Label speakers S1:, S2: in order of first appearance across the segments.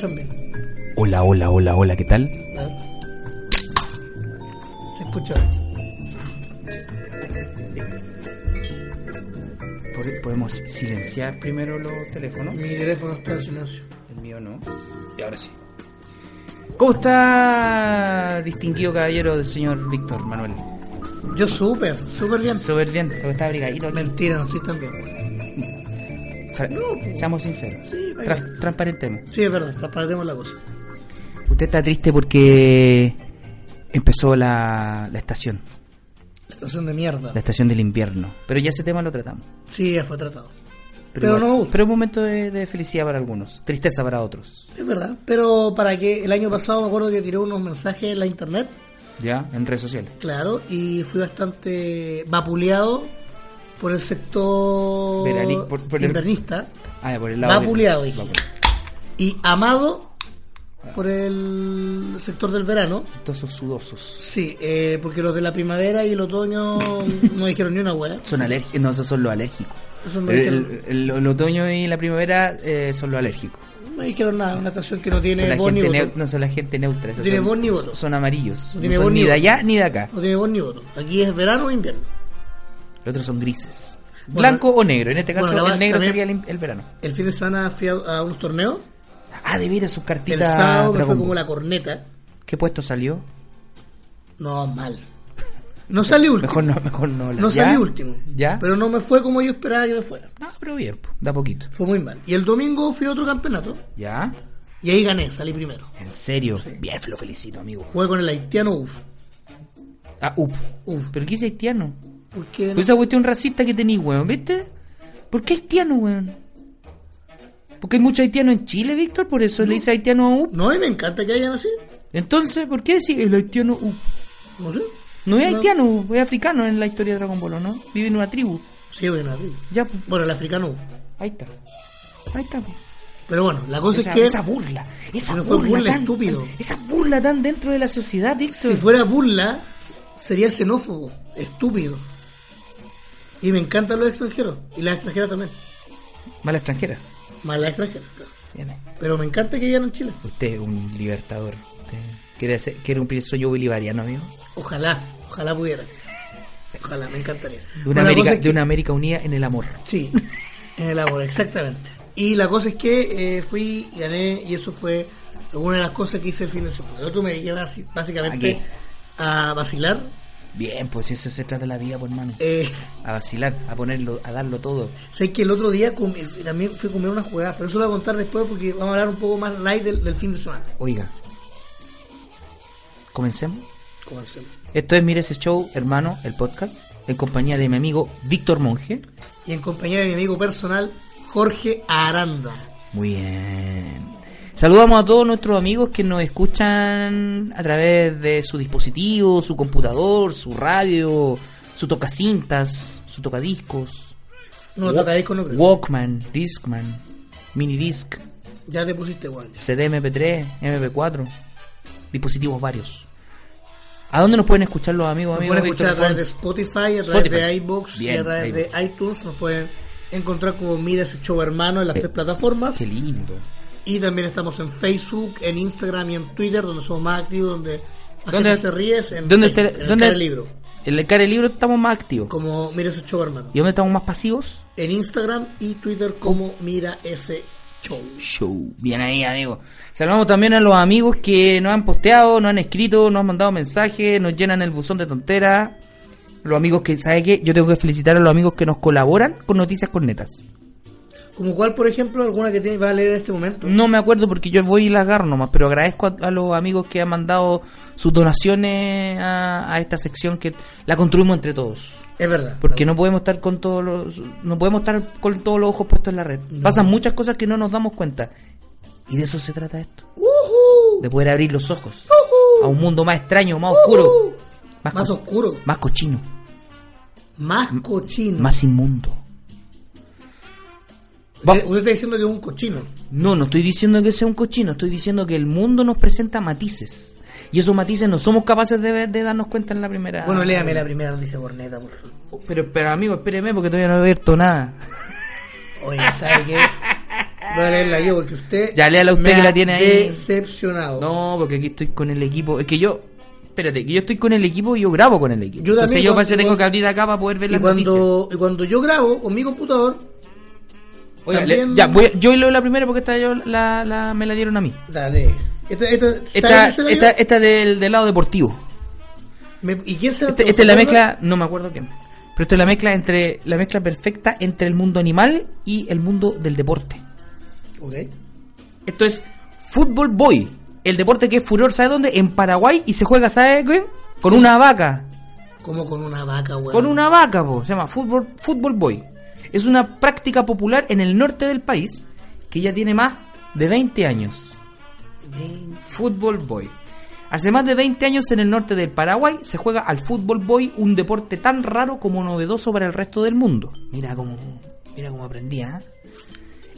S1: También.
S2: Hola, hola, hola, hola, ¿qué tal?
S1: A ver. Se escuchó.
S3: Pod- Podemos silenciar primero los teléfonos.
S1: Mi teléfono está en silencio.
S3: El mío no. Y ahora sí. ¿Cómo está, distinguido caballero del señor Víctor Manuel?
S1: Yo súper, súper bien.
S3: Súper bien, ¿cómo está abrigadito? aquí?
S1: Mentira, no estoy tan bien.
S3: Fra- Seamos sinceros.
S1: Sí, está
S3: Tras-
S1: bien.
S3: transparentemos.
S1: Sí, es verdad, transparentemos la cosa.
S3: Usted está triste porque empezó la, la estación,
S1: Situación de mierda.
S3: la estación del invierno. Pero ya ese tema lo tratamos.
S1: Sí, ya fue tratado.
S3: Pero,
S1: Pero no me gusta.
S3: Pero un momento de, de felicidad para algunos, tristeza para otros.
S1: Es verdad, pero para que el año pasado me acuerdo que tiré unos mensajes en la internet,
S3: ¿Ya? En redes sociales.
S1: claro, y fui bastante vapuleado por el sector
S3: Veranic- por- por el-
S1: invernista
S3: Ah, ya, por el lado.
S1: Vapuleado, dije.
S3: Vapuleado.
S1: y amado
S3: Ah.
S1: por el sector del verano.
S3: Todos esos sudosos.
S1: Sí, eh, porque los de la primavera y el otoño no dijeron ni una hueá.
S3: Son alérgicos. No, esos son los alérgicos.
S1: Eso no
S3: el,
S1: dijeron,
S3: el- el otoño y la primavera eh, son los alérgicos.
S1: no dijeron nada, una estación que no
S3: Son
S1: tiene
S3: la
S1: voz ni
S3: gente
S1: voto.
S3: neu- no son la gente neutra. esos
S1: Tiene
S3: son,
S1: voz ni voto.
S3: Son amarillos.
S1: No
S3: No,
S1: tiene
S3: son
S1: voz ni
S3: ni de
S1: voto.
S3: allá ni de acá.
S1: No tiene voz ni voto. Aquí es verano o invierno.
S3: Los otros son grises.
S1: Bueno,
S3: Blanco o negro. En este caso,
S1: bueno, la va-
S3: el negro
S1: también-
S3: sería el, in- el verano.
S1: El fin de semana fui a, a unos torneos.
S3: Ah, de veras, sus
S1: El
S3: cartitas.
S1: sábado me
S3: Dragon
S1: fue
S3: Ball.
S1: como la corneta.
S3: ¿Qué puesto salió?
S1: No, mal. No salí último.
S3: Mejor no, mejor no. la-
S1: no
S3: ¿Ya?
S1: salí último.
S3: ¿Ya?
S1: Pero no me fue como yo esperaba que me fuera.
S3: No, pero bien, po, da poquito.
S1: Fue muy mal. Y el domingo fui a otro campeonato.
S3: ¿Ya?
S1: Y ahí gané, salí primero.
S3: ¿En serio? Bien, lo felicito, amigo.
S1: Jugué con el haitiano UF.
S3: Ah, up.
S1: UF.
S3: ¿Pero qué es haitiano?
S1: Porque
S3: Pues esa cuestión racista que tenéis, weón, ¿viste? ¿Por qué haitiano, weón? Porque hay muchos haitianos en Chile, Víctor, por eso le dice haitiano a UP.
S1: no, y me encanta que hayan así.
S3: Entonces, ¿por qué decir el haitiano UP?
S1: No sé.
S3: No es haitiano, UP, es africano en la historia de Dragon Ball, ¿o ¿no? Vive en una tribu.
S1: Sí, bueno, así.
S3: Ya, pues,
S1: Bueno, el africano UF.
S3: ahí está. Ahí está, pues.
S1: Pero bueno, la cosa
S3: esa,
S1: es que
S3: esa burla, esa
S1: Pero fue
S3: burla,
S1: burla,
S3: tan,
S1: estúpido.
S3: tan- esa burla tan dentro de la sociedad, Víctor.
S1: si fuera burla, sería xenófobo, estúpido. Y me encantan los extranjeros. Y las extranjeras también.
S3: Mala extranjera.
S1: Más las extranjeras. claro.
S3: Bien, eh.
S1: Pero me encanta que vivan en Chile.
S3: Usted es un libertador. Usted quiere, hacer- quiere cumplir el sueño bolivariano, amigo.
S1: Ojalá, ojalá pudiera. Ojalá, me encantaría.
S3: De
S1: Bueno,
S3: una,
S1: la
S3: América,
S1: cosa es
S3: de
S1: que-
S3: una América unida en el amor.
S1: Sí, en el árbol, exactamente. Y la cosa es que eh, fui, gané, y eso fue una de las cosas que hice el fin de semana. El otro me dediqué basi-
S3: ¿A
S1: básicamente
S3: qué?
S1: a vacilar,
S3: Bien, pues eso se trata la vida, pues, hermano.
S1: eh,
S3: A vacilar, a ponerlo, a darlo todo.
S1: Sé que el otro día comí- también fui a comer unas jugadas, pero eso lo voy a contar después porque vamos a hablar un poco más light del, del fin de semana.
S3: Oiga, comencemos.
S1: Comencemos.
S3: Esto es Mire ese show, hermano, el podcast, en compañía de mi amigo Víctor Monge.
S1: Y en compañía de mi amigo personal, Jorge Aranda.
S3: Muy bien. Saludamos a todos nuestros amigos que nos escuchan a través de su dispositivo, su computador, su radio, su tocacintas, su tocadiscos.
S1: No lo toca disco, no creo.
S3: Walkman, Discman, Minidisc,
S1: Ya te pusiste guay.
S3: CD MP3, MP4, dispositivos varios. ¿A dónde nos pueden escuchar los amigos,
S1: Nos
S3: amigos?
S1: pueden escuchar a
S3: Víctor
S1: través de
S3: Juan?
S1: Spotify, a través
S3: Spotify.
S1: de iBox y
S3: Bien,
S1: a través
S3: iVoox.
S1: de iTunes. Nos pueden encontrar como Mira ese show hermano en las
S3: Eh,
S1: tres plataformas.
S3: Qué lindo.
S1: Y también estamos en Facebook, en Instagram y en Twitter, donde somos más activos, donde más
S3: ¿Dónde-
S1: gente se ríe. es En
S3: ¿Dónde,
S1: Facebook,
S3: usted-
S1: en el
S3: dónde-
S1: cara del libro.
S3: En el cara del libro estamos más activos.
S1: Como Mira ese show hermano.
S3: ¿Y dónde estamos más pasivos?
S1: En Instagram y Twitter como Mira ese show.
S3: Show. Bien ahí, amigo. Saludamos también a los amigos que nos han posteado, nos han escrito, nos han mandado mensajes, nos llenan el buzón de tonteras. Los amigos que, ¿sabe qué? Yo tengo que felicitar a los amigos que nos colaboran con Noticias Cornetas.
S1: Como cuál, por ejemplo, alguna que te va a leer en este momento.
S3: No me acuerdo porque yo voy y las agarro nomás, pero agradezco a, a los amigos que han mandado sus donaciones a, a esta sección que la construimos entre todos.
S1: Es verdad.
S3: Porque no podemos estar con todos los, no podemos estar con todos los ojos puestos en la red.
S1: No.
S3: Pasan muchas cosas que no nos damos cuenta. Y de eso se trata esto. De poder abrir los ojos a un mundo más extraño, más oscuro, más,
S1: Más
S3: co-
S1: oscuro,
S3: más cochino,
S1: más cochino.
S3: más inmundo. Va-
S1: Eh, Usted, usted está diciendo que es un cochino.
S3: No, no estoy diciendo que sea un cochino, estoy diciendo que el mundo nos presenta matices. Y esos matices no somos capaces de, ver- de darnos cuenta en la primera.
S1: Bueno, léame la primera noticia corneta, por favor.
S3: Pero, pero amigo, espéreme porque todavía no he abierto nada.
S1: Oye, ¿sabe qué? Voy a leerla yo porque usted.
S3: Ya, léala usted
S1: me
S3: que la
S1: ha
S3: tiene ahí.
S1: Decepcionado.
S3: No, porque aquí estoy con el equipo. Es que yo, espérate, que yo estoy con el equipo y yo grabo con el equipo.
S1: Yo también,
S3: Entonces yo
S1: cuando-
S3: parece que tengo que abrir acá para poder ver
S1: Y
S3: las noticias.
S1: cuando, y cuando yo grabo con mi computador,
S3: Oiga,
S1: también-
S3: le- ya, voy, yo leo la primera porque esta yo la, la- me la dieron a mí.
S1: dale. Esta, esta, ¿sabe
S3: Esta,
S1: quién se la
S3: esta,
S1: dio?
S3: esta del, del lado deportivo.
S1: Me- ¿Y quién se la
S3: Este-
S1: dio?
S3: Esta es la
S1: ¿Se acuerda?
S3: mezcla, no me acuerdo quién. Pero esta es la mezcla entre la mezcla perfecta entre el mundo animal y el mundo del deporte.
S1: Ok.
S3: Esto es Fútbol Boy, el deporte que es furor, ¿sabe dónde? En Paraguay y se juega, ¿sabe qué? Con una vaca.
S1: Como con una vaca, weón.
S3: Con una vaca, po. se llama fútbol, fútbol boy. Es una práctica popular en el norte del país que ya tiene más de 20 años. Fútbol boy. Hace más de 20 años en el norte del Paraguay se juega al fútbol boy, un deporte tan raro como novedoso para el resto del mundo. Mira cómo, mira cómo ¿ah? aprendía.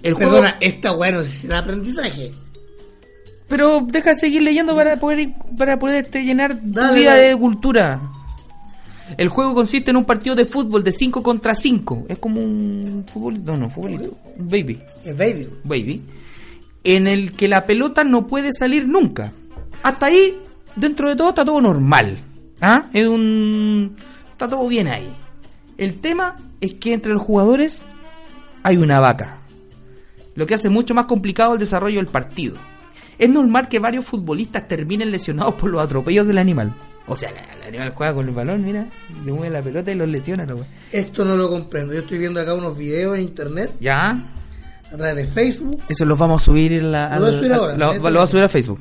S3: El juego-
S1: Perdona, esta weón no es aprendizaje.
S3: Pero deja de seguir leyendo para poder ir- para poder este, llenar tu
S1: Dale,
S3: vida
S1: dale.
S3: de cultura. El juego consiste en un partido de fútbol de 5 contra 5. Es como un fútbol, no, no, futbolito, un baby,
S1: Es baby.
S3: baby, en el que la pelota no puede salir nunca. Hasta ahí, dentro de todo está todo normal. ¿Ah? Es un está todo bien ahí. El tema es que entre los jugadores hay una vaca lo que hace mucho más complicado el desarrollo del partido. Es normal que varios futbolistas terminen lesionados por los atropellos del animal. O sea, la- el animal juega con el balón, mira, le mueve la pelota y los lesiona, la wea.
S1: Esto no lo comprendo. Yo estoy viendo acá unos videos en internet,
S3: Ya,
S1: a través de Facebook.
S3: eso los vamos a subir en la.
S1: Lo voy a
S3: al-
S1: subir ahora,
S3: lo-
S1: en este
S3: lo voy a
S1: momento.
S3: subir a Facebook.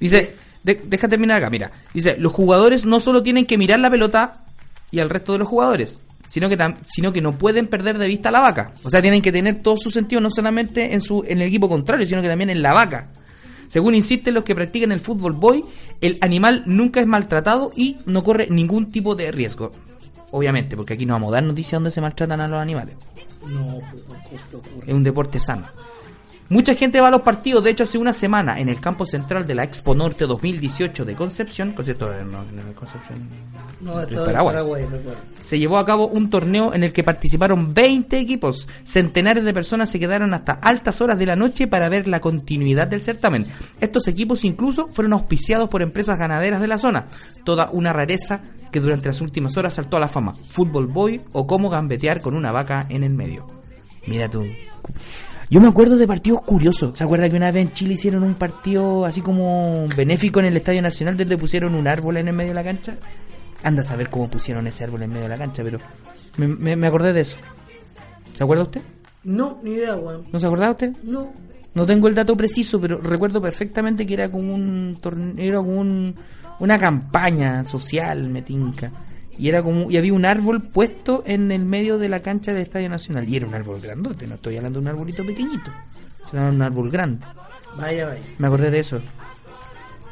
S3: Dice, de- deja terminar acá, mira. Dice, los jugadores no solo tienen que mirar la pelota y al resto de los jugadores, sino que, tam- sino que no pueden perder de vista a la vaca. O sea, tienen que tener todo su sentido, no solamente en, su, en el equipo contrario, sino que también en la vaca. Según insisten los que practican el fútbol boy, el animal nunca es maltratado y no corre ningún tipo de riesgo. Obviamente, porque aquí no vamos a dar noticias donde se maltratan a los animales.
S1: No, pues, ¿cómo se te ocurre?
S3: Es un deporte sano. Mucha gente va a los partidos, de hecho hace una semana en el campo central de la Expo Norte 2018 de Concepción, Concepto- no, no, Concepción,
S1: No,
S3: del
S1: esto es
S3: Paraguay.
S1: Paraguay, recuerdo.
S3: se llevó a cabo un torneo en el que participaron 20 equipos. Centenares de personas se quedaron hasta altas horas de la noche para ver la continuidad del certamen. Estos equipos incluso fueron auspiciados por empresas ganaderas de la zona. Toda una rareza que durante las últimas horas saltó a la fama. Fútbol boy o cómo gambetear con una vaca en el medio. Mira tú. Yo me acuerdo de partidos curiosos. ¿Se acuerda que una vez en Chile hicieron un partido así como benéfico en el Estadio Nacional donde pusieron un árbol en el medio de la cancha? Anda a saber cómo pusieron ese árbol en medio de la cancha, pero me, me- me acordé de eso. ¿Se acuerda usted?
S1: No, ni idea, weón.
S3: ¿No se acordaba usted?
S1: No.
S3: No tengo el dato preciso, pero recuerdo perfectamente que era como un torneo, era como un- una campaña social, me tinca. Y era como y había un árbol puesto en el medio de la cancha del Estadio Nacional y era un árbol grandote, no estoy hablando de un arbolito pequeñito, sino de un árbol grande.
S1: Vaya, vaya.
S3: Me acordé de eso.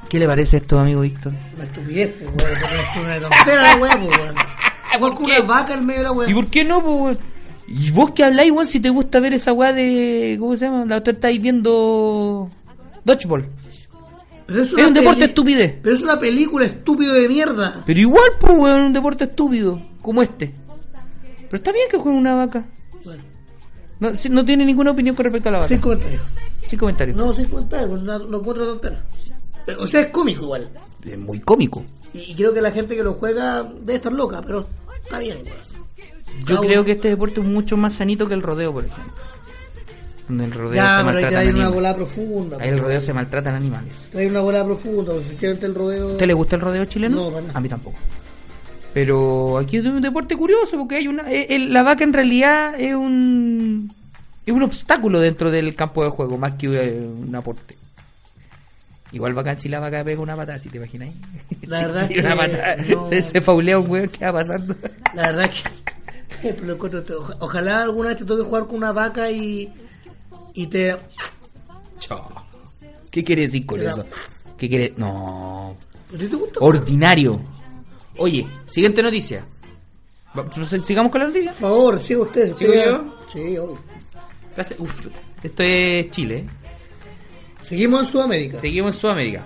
S3: ¿Qué le parece esto, amigo Víctor?
S1: Una estupidez, pues, weón. Eso no es una tontera la weá, pues, weón. Igual con una vaca en medio de la weá.
S3: ¿Y por qué no, po, weón? ¿Y vos que habláis, weón, si te gusta ver esa weá de. ¿Cómo se llama? La otra estáis viendo. Dodgeball.
S1: Pero
S3: Es un
S1: una
S3: deporte
S1: peli-
S3: estupidez.
S1: Pero es una película estúpido de mierda.
S3: Pero igual, pues, weón, un deporte estúpido, como este. Pero está bien que juegue una vaca.
S1: Bueno,
S3: No, si- no tiene ninguna opinión con respecto a la vaca.
S1: sin comentarios.
S3: Sin comentarios.
S1: No, sin comentarios. No, no encuentro tontera. Pero, o sea, es cómico igual.
S3: Es muy cómico.
S1: Y, y creo que la gente que lo juega debe estar loca, pero está bien, weón.
S3: Yo
S1: Cada
S3: creo
S1: uno-
S3: que este deporte es mucho más sanito que el rodeo, por ejemplo. Donde el rodeo
S1: Ya,
S3: se
S1: pero ahí te
S3: maltratan
S1: da una
S3: animales.
S1: volada profunda. pues.
S3: Ahí el rodeo se maltratan animales.
S1: Trae una bola profunda, porque efectivamente el rodeo.
S3: ¿A usted le gusta el rodeo chileno?
S1: No, para nada.
S3: A mí tampoco. Pero aquí es un deporte curioso porque hay una eh, eh, la vaca en realidad es un es un obstáculo dentro del campo de juego, más que eh, un aporte. Igual bacán si la vaca pega una patada, si te imaginas.
S1: La verdad es
S3: Tira una
S1: que
S3: patada,
S1: no-
S3: se, se faulea un weón, ¿qué va pasando?
S1: La verdad que. pero lo encuentro te- oja- ojalá alguna vez te toque jugar con una vaca y. Y te.
S3: Chao. ¿Qué quiere decir con
S1: Era-
S3: eso? ¿Qué quiere? No.
S1: ¿Pero te gusta? Por
S3: Ordinario. Oye, siguiente noticia. Va- no sé, Sigamos con la noticia.
S1: favor, siga usted.
S3: ¿Sigo
S1: siga.
S3: yo?
S1: Sí, obvio.
S3: Gracias. Uf, puta. esto es Chile. ¿eh?
S1: Seguimos en Sudamérica.
S3: Seguimos en Sudamérica.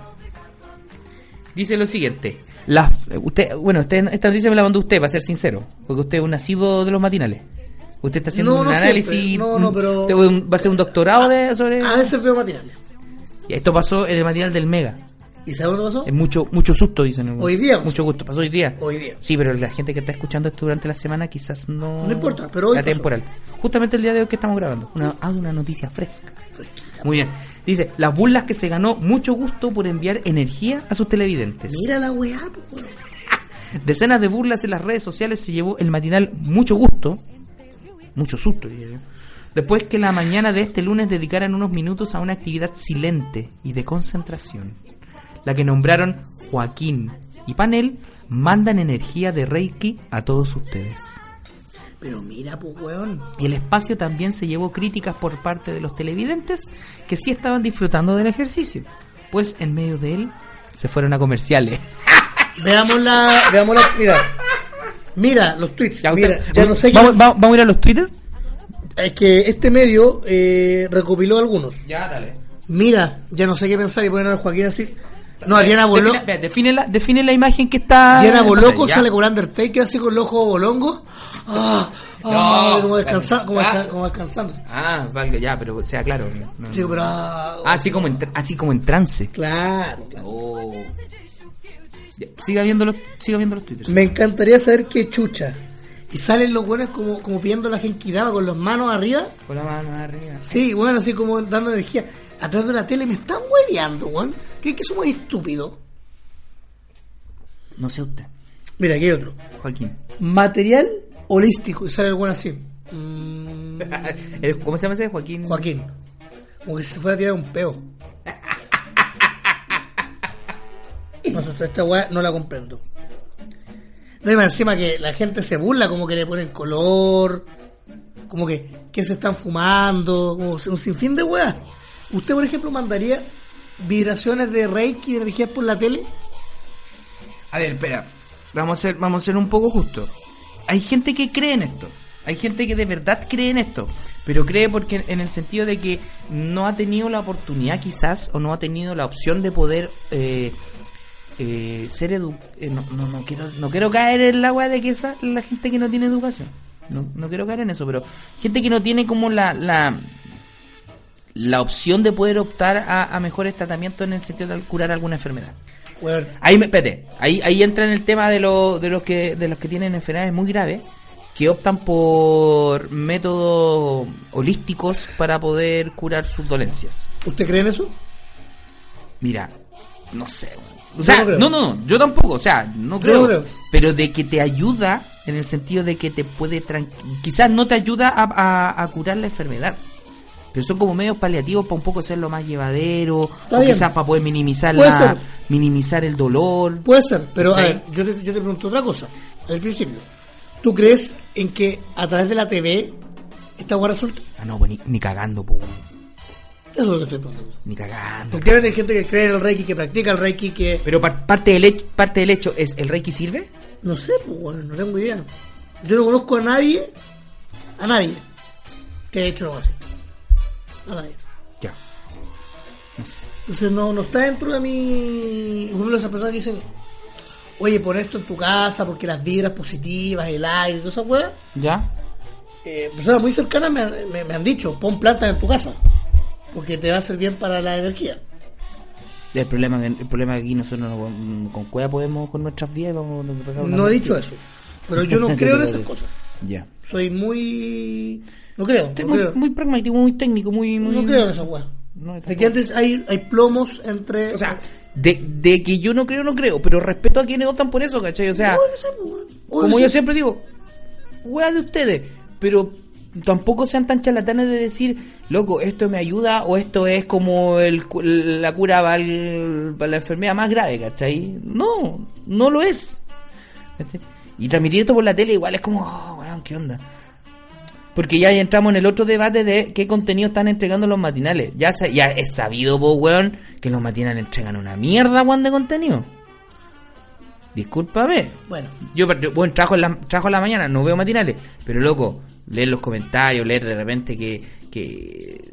S3: Dice lo siguiente. La, usted, bueno, usted, esta noticia me la mandó usted, para ser sincero. Porque usted es un nacido de los matinales. Usted está haciendo
S1: No,
S3: un
S1: no siempre.
S3: análisis.
S1: No, no, pero- Ah.
S3: usted va a un- va a hacer un doctorado de, sobre.
S1: A veces veo matinales.
S3: Y Esto pasó en el matinal del Mega.
S1: ¿Y sabes dónde pasó?
S3: Es mucho, mucho susto, dicen. algunos.
S1: Hoy día.
S3: Mucho gusto, pasó hoy día.
S1: Hoy día.
S3: Sí, pero la gente que está escuchando esto durante la semana quizás no...
S1: No importa, pero hoy
S3: La
S1: pasó.
S3: temporal. Justamente el día de hoy que estamos grabando. Una, ah, una noticia fresca. Muy bien. Dice, las burlas que se ganó mucho gusto por enviar energía a sus televidentes.
S1: Mira la weá, po, weón.
S3: Decenas de burlas en las redes sociales se llevó el matinal Mucho Gusto, mucho susto, diría yo, después que la mañana de este lunes dedicaran unos minutos a una actividad silente y de concentración, la que nombraron Joaquín y Panel mandan energía de Reiki a todos ustedes.
S1: Pero mira, pues, weón.
S3: Y el espacio también se llevó críticas por parte de los televidentes que sí estaban disfrutando del ejercicio, pues en medio de él se fueron a comerciales.
S1: Veamos la. Veamos la. Mira. Mira los tweets.
S3: Ya,
S1: mira,
S3: usted-
S1: ya no sé qué
S3: ¿Vamos,
S1: más-
S3: vamos- vamos a ir a los Twitter?
S1: Es que este medio eh, recopiló algunos.
S3: Ya, dale.
S1: Mira, ya no sé qué pensar y ponen al Joaquín así. No, a Diana Boló.
S3: Define, Eh, espera, define la, define la imagen que está.
S1: Diana
S3: en la
S1: Boloco
S3: pantalla.
S1: sale con Undertaker así con el ojo bolongo. Ah, ah,
S3: No,
S1: como, descansa,
S3: la-
S1: como, desca-
S3: ah.
S1: como descansando.
S3: Ah, vale, ya, pero o sea claro. no, no.
S1: Sí, pero. ah,
S3: Ah, así como, en, tra- así como en trance.
S1: Claro, claro.
S3: Oh. Ya, Siga viendo los, siga viendo los twitters.
S1: Me encantaría saber qué chucha. Y salen los buenos como, como pidiendo la genkidama con las manos arriba.
S3: Con la mano arriba.
S1: Sí, bueno, así como dando energía. Atrás de la tele me están hueveando, weón. ¿Crees que somos estúpidos?
S3: No sé usted,
S1: Mira, aquí hay otro.
S3: Joaquín.
S1: Material holístico. Y sale el bueno así. Mm,
S3: El- ¿Cómo se llama ese? Joaquín.
S1: Joaquín. Como que se fuera a tirar un peo. No, esta- esta weá no la comprendo. No, y más encima que la gente se burla, como que le ponen color, como que, que se están fumando, como un sinfín de weá. ¿Usted, por ejemplo, mandaría vibraciones de Reiki de energía por la tele?
S3: A ver, espera. Vamos a ser, vamos a ser un poco justos. Hay gente que cree en esto. Hay gente que de verdad cree en esto. Pero cree porque en el sentido de que no ha tenido la oportunidad quizás o no ha tenido la opción de poder eh, eh, ser edu... eh, no, no, no quiero, no quiero caer en la agua de que esa la gente que no tiene educación. No, no quiero caer en eso, pero gente que no tiene como la, la, la opción de poder optar a, a mejores tratamientos en el sentido de curar alguna enfermedad.
S1: Weón,
S3: Ahí me espérate, ahí, ahí entra en el tema de, lo- de los que de los que tienen enfermedades muy graves que optan por métodos holísticos para poder curar sus dolencias.
S1: ¿usted cree en eso?
S3: Mira, no sé. weón.
S1: Yo
S3: O sea,
S1: no creo.
S3: no, no, no, yo tampoco, o sea, no
S1: Yo
S3: creo,
S1: no creo.
S3: pero de que te ayuda en el sentido de que te puede tran- quizás no te ayuda a, a- a curar la enfermedad. Pero son como medios paliativos para un poco hacerlo más llevadero,
S1: Está
S3: o
S1: bien.
S3: quizás para poder minimizar
S1: Puede
S3: la-
S1: ser.
S3: minimizar el dolor.
S1: Puede ser, pero a
S3: Sí.
S1: ver, yo te, yo te pregunto otra cosa. Al principio, ¿tú crees en que a través de la TV esta weá resulta?
S3: Ah, no, pues ni, ni cagando, pues, weón.
S1: Eso es lo que estoy preguntando.
S3: Ni cagando.
S1: Porque hay gente que cree en el Reiki, que practica el Reiki, que.
S3: Pero par- parte, del hecho, parte del hecho es, ¿el Reiki sirve?
S1: No sé, pues, weón, no tengo idea. Yo no conozco a nadie, a nadie, que haya hecho algo así. A nadie.
S3: Ya.
S1: Entonces no, no está dentro de mi. Por ejemplo, esas personas que dicen, oye, pon esto en tu casa porque las vibras positivas, el aire, todas esas weas.
S3: ¿Ya?
S1: eh, personas muy cercanas me, han- me- me han dicho, pon plantas en tu casa, porque te va a hacer bien para la energía.
S3: El problema, que- el problema es que aquí nosotros no- con, con cueva podemos con nuestras vidas y vamos nos empezamos a hablar
S1: No he
S3: de-
S1: dicho eso, pero yo no creo en esas cosas.
S3: Ya.
S1: Soy muy... No creo,
S3: Usted
S1: no
S3: es muy,
S1: creo.
S3: muy pragmático, muy técnico, muy... muy
S1: No creo en esas weas.
S3: No,
S1: Es que antes hay, hay plomos entre...
S3: O sea, de, de que yo no creo, no creo, pero respeto a quienes optan por eso, ¿cachai? O sea,
S1: No, yo sé, pues, weón. Obvio,
S3: como
S1: sí.
S3: yo siempre digo, weá de ustedes, pero tampoco sean tan charlatanes de decir, loco, esto me ayuda o esto es como el, cu- la cura para, el- para la enfermedad más grave, ¿cachai? No, no lo es. ¿Cachai? Y transmitir esto por la tele igual es como, oh, weón, ¿qué onda? Porque ya entramos en el otro debate de qué contenido están entregando los matinales. Ya, sa- ya es sabido, po, weón, que los matinales entregan una mierda, weón, de contenido. Discúlpame.
S1: Bueno,
S3: Yo, yo, bueno, trabajo en, la, trabajo en la mañana, no veo matinales. Pero, loco, leer los comentarios, leer de repente que... que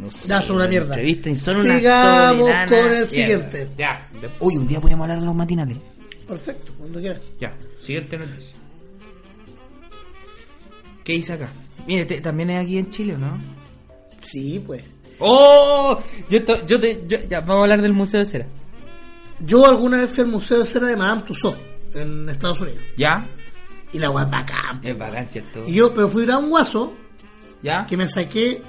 S3: no sé,
S1: Ya, son una mierda.
S3: entrevista y son
S1: Sigamos
S3: una
S1: con el
S3: mierda.
S1: siguiente.
S3: Ya. Uy, un día podríamos hablar de los matinales.
S1: perfecto, cuando quieras.
S3: Ya, siguiente noticia. ¿Qué dice acá? Mire, te- también es aquí en Chile, ¿o ¿no?
S1: Sí, pues.
S3: ¡Oh! Yo, to- yo te. yo- ya, vamos a hablar del Museo de Cera.
S1: Yo alguna vez fui al Museo de Cera de Madame Tussauds en Estados Unidos.
S3: ¿Ya?
S1: Y la guapa bacán. pues.
S3: Es bacán, ¿cierto?
S1: Y yo, pero fui tan guaso
S3: ¿Ya?
S1: que me saqué.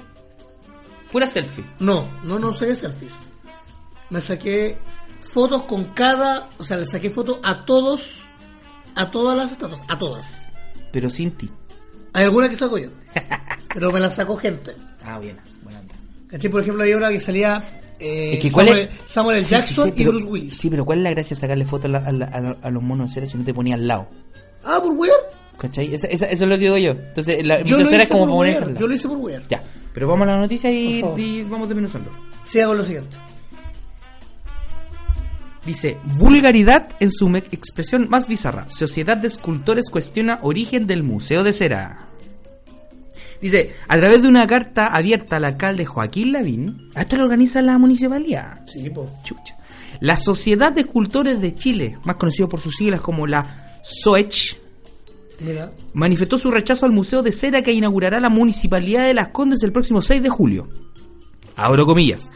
S3: Pura selfie.
S1: No, no, no saqué selfies. Me saqué fotos con cada. O sea, le saqué fotos a todos. A todas las estatuas. A todas.
S3: Pero sin ti.
S1: Hay algunas que saco yo. Pero me las sacó gente.
S3: Ah, buena, buena onda.
S1: ¿Cachai? Por ejemplo, había una que salía. eh,
S3: Es que ¿cuál
S1: Samuel,
S3: es?
S1: Samuel L.
S3: Sí,
S1: Jackson
S3: sí, sí,
S1: y
S3: pero-
S1: Bruce Willis.
S3: Sí, pero ¿cuál es la gracia de sacarle fotos a, la- a la- a la- a los monos de cera si no te ponía al lado?
S1: Ah, por weón.
S3: ¿Cachai? Esa- esa- eso es lo que digo yo. Entonces, la, el
S1: Yo
S3: Museo de
S1: lo, hice
S3: Cera es como
S1: por
S3: poner.
S1: weón. yo lo hice por weón.
S3: Ya, pero vamos a la noticia y,
S1: Por favor.
S3: y vamos desmenuzando.
S1: Siga con lo siguiente.
S3: Dice, vulgaridad en su me- expresión más bizarra. Sociedad de Escultores cuestiona origen del Museo de Cera. Dice, a través de una carta abierta al alcalde Joaquín Lavín, esto lo organiza la municipalidad.
S1: Sí, pues.
S3: Chucha. La Sociedad de Escultores de Chile, más conocido por sus siglas como la E SOECH,
S1: Mira.
S3: manifestó su rechazo al Museo de Cera que inaugurará la Municipalidad de Las Condes el próximo 6 de julio. Abro comillas.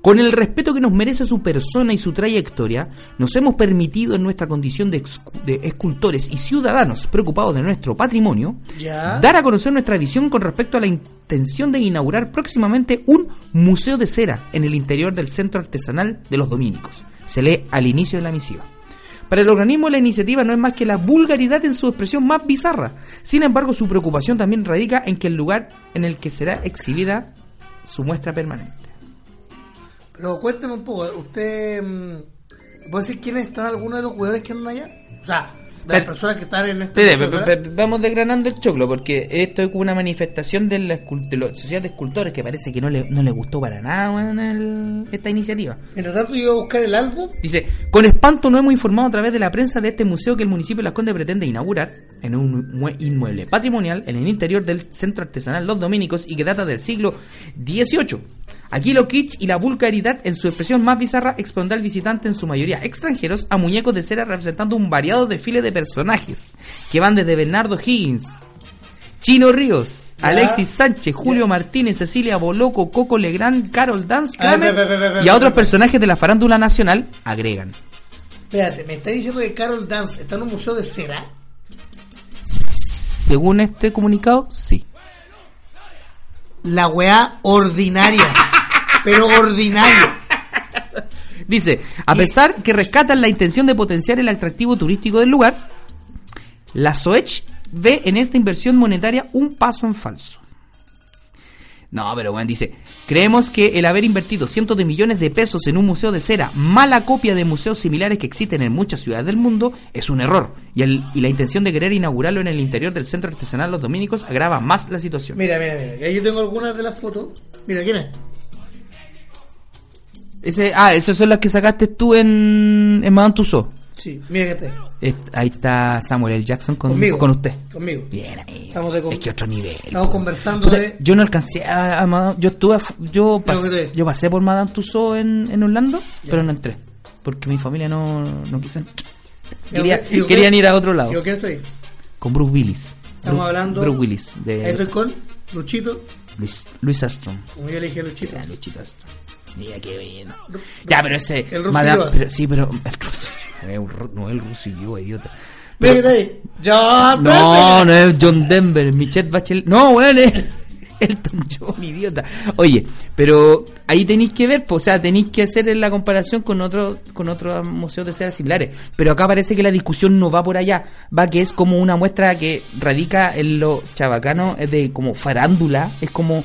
S3: Con el respeto que nos merece su persona y su trayectoria, nos hemos permitido en nuestra condición de, excu- de escultores y ciudadanos preocupados de nuestro patrimonio,
S1: Ya.
S3: dar a conocer nuestra visión con respecto a la intención de inaugurar próximamente un museo de cera en el interior del Centro Artesanal de los Dominicos. Se lee al inicio de la misiva. Para el organismo la iniciativa no es más que la vulgaridad en su expresión más bizarra. Sin embargo, su preocupación también radica en que el lugar en el que será exhibida su muestra permanente.
S1: Pero cuénteme un poco, ¿usted mm, puede decir quiénes están algunos de los jugadores que andan allá? O sea, de las
S3: Pero-
S1: personas que están en este
S3: Espere,
S1: museo,
S3: pe-
S1: ¿verdad?
S3: pe- pe- vamos desgranando el choclo, porque esto es como una manifestación de la, escul- de la sociedad de escultores que parece que no le, no le gustó para nada weón, el- esta iniciativa.
S1: Mientras tanto yo iba a buscar el álbum,
S3: Dice, con espanto nos hemos informado a través de la prensa de este museo que el municipio de Las Condes pretende inaugurar en un mue- inmueble patrimonial en el interior del Centro Artesanal Los Dominicos y que data del siglo XVIII. Aquí lo kitsch y la vulgaridad en su expresión más bizarra expondrá al visitante en su mayoría extranjeros a muñecos de cera representando un variado desfile de personajes que van desde Bernardo Higgins, Chino Ríos,
S1: Ya.
S3: Alexis Sánchez, Julio Martínez, Cecilia Boloco, Coco Legrand, Carol Dance,
S1: A ver,
S3: Kramer
S1: ve, ve, ve, ve,
S3: y
S1: ve,
S3: a otros
S1: ve.
S3: personajes Ah, de la farándula nacional agregan.
S1: espérate, me está diciendo que Carol Dance está en un museo de cera.
S3: Según este comunicado, sí.
S1: La weá ordinaria, pero ordinaria.
S3: Dice, a pesar que rescatan la intención de potenciar el atractivo turístico del lugar, la SOECH ve en esta inversión monetaria un paso en falso. No, pero bueno, dice, creemos que el haber invertido cientos de millones de pesos en un museo de cera, mala copia de museos similares que existen en muchas ciudades del mundo, es un error. Y, el- y la intención de querer inaugurarlo en el interior del Centro Artesanal Los Dominicos agrava más la situación.
S1: Mira, mira, mira, ahí yo tengo algunas de las fotos. Mira, ¿quién es?
S3: Ese, ah, esas son las que sacaste tú en, en Madame Tussauds.
S1: Sí, mira que está.
S3: Est- ahí está Samuel L. Jackson con,
S1: Conmigo.
S3: con usted.
S1: Conmigo.
S3: Bien ahí.
S1: Estamos de con-
S3: Es que otro nivel.
S1: Estamos
S3: po.
S1: conversando
S3: Puta,
S1: de-
S3: Yo no alcancé a, a Madame- Yo estuve. a fu- Yo, pas-
S1: que te-
S3: yo pasé por Madame Tussauds en, en Orlando, pero no entré. Porque mi familia no, no quiso entrar. Quería-
S1: Yo- yo-
S3: querían ir a otro lado.
S1: Yo, ¿quién estoy?
S3: Con Bruce Willis.
S1: Estamos
S3: Bru-
S1: hablando-
S3: Bruce Willis. De
S1: Ahí estoy con Luchito,
S3: Luis, Luis Armstrong.
S1: como yo le dije a Luchito.
S3: Ya, Luchito Armstrong. Mira qué bueno. Ya, pero ese.
S1: El ruso
S3: Madame-
S1: Ulloa.
S3: pero, Sí, pero. El ruso. Es un ru- No es el ruso y yo, idiota.
S1: Mira que
S3: Pero-
S1: está ahí. John
S3: No,
S1: Denver.
S3: no es John Denver, Michelle Bachelet. No, weón, es Elton John, idiota. Oye, pero ahí tenéis que ver, po, o sea, tenéis que hacer la comparación con otro con otros museos de ceras similares. Pero acá parece que la discusión no va por allá, va que es como una muestra que radica en lo chabacano, es de como farándula, es como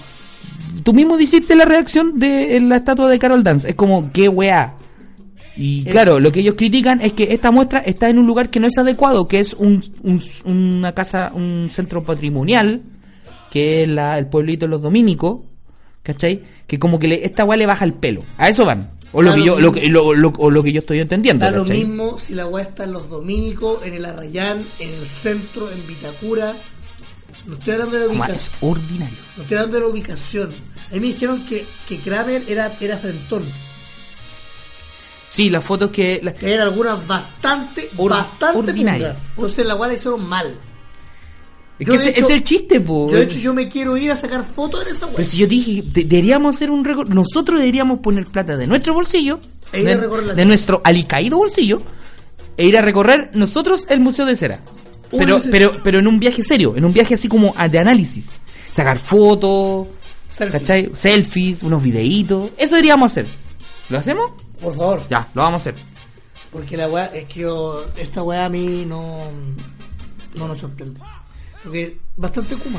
S3: tú mismo hiciste la reacción de en la estatua de Carol Dance, es como qué weá. Y
S1: Eh,
S3: claro, lo que ellos critican es que esta muestra está en un lugar que no es adecuado, que es un, un- una casa, un centro patrimonial, que es la- el pueblito de los dominicos, ¿cachai? Que como que le- esta weá le baja el pelo. A eso van. O lo,
S1: Da
S3: que
S1: lo
S3: yo, lo,
S1: mismo.
S3: que- lo- lo- o lo que yo estoy entendiendo.
S1: Da lo
S3: ¿cachai?
S1: mismo si la weá está en los dominicos, en el Arrayán, en el centro, en Vitacura. No estoy hablando de la
S3: Como
S1: ubicación.
S3: es ordinario.
S1: No estoy hablando de la ubicación. A mí me dijeron que, que Kramer era, era frentón.
S3: Sí, las fotos que... las-
S1: Que eran algunas bastante,
S3: Or-
S1: bastante
S3: ordinarias.
S1: pulgas. Entonces la weá la hicieron mal.
S3: es
S1: Yo,
S3: que
S1: de
S3: ese-
S1: hecho-
S3: es el chiste, po.
S1: Yo, de hecho, yo me quiero ir a sacar fotos de esa weá.
S3: Pero si yo dije, de- deberíamos hacer un récord, nosotros deberíamos poner plata de nuestro bolsillo,
S1: E ir a
S3: de,
S1: recorrer la
S3: de
S1: calle.
S3: nuestro alicaído bolsillo, e ir a recorrer nosotros el Museo de Cera.
S1: Uy,
S3: Pero,
S1: ese-
S3: pero, pero en un viaje serio, en un viaje así como a- de análisis. Sacar fotos,
S1: Selfies.
S3: ¿cachai? Selfies, unos videitos. Eso deberíamos hacer. ¿Lo hacemos?
S1: Por favor.
S3: Ya, lo vamos a hacer.
S1: Porque la weá, es que yo, esta weá a mí no, no nos sorprende. Porque bastante Kuma,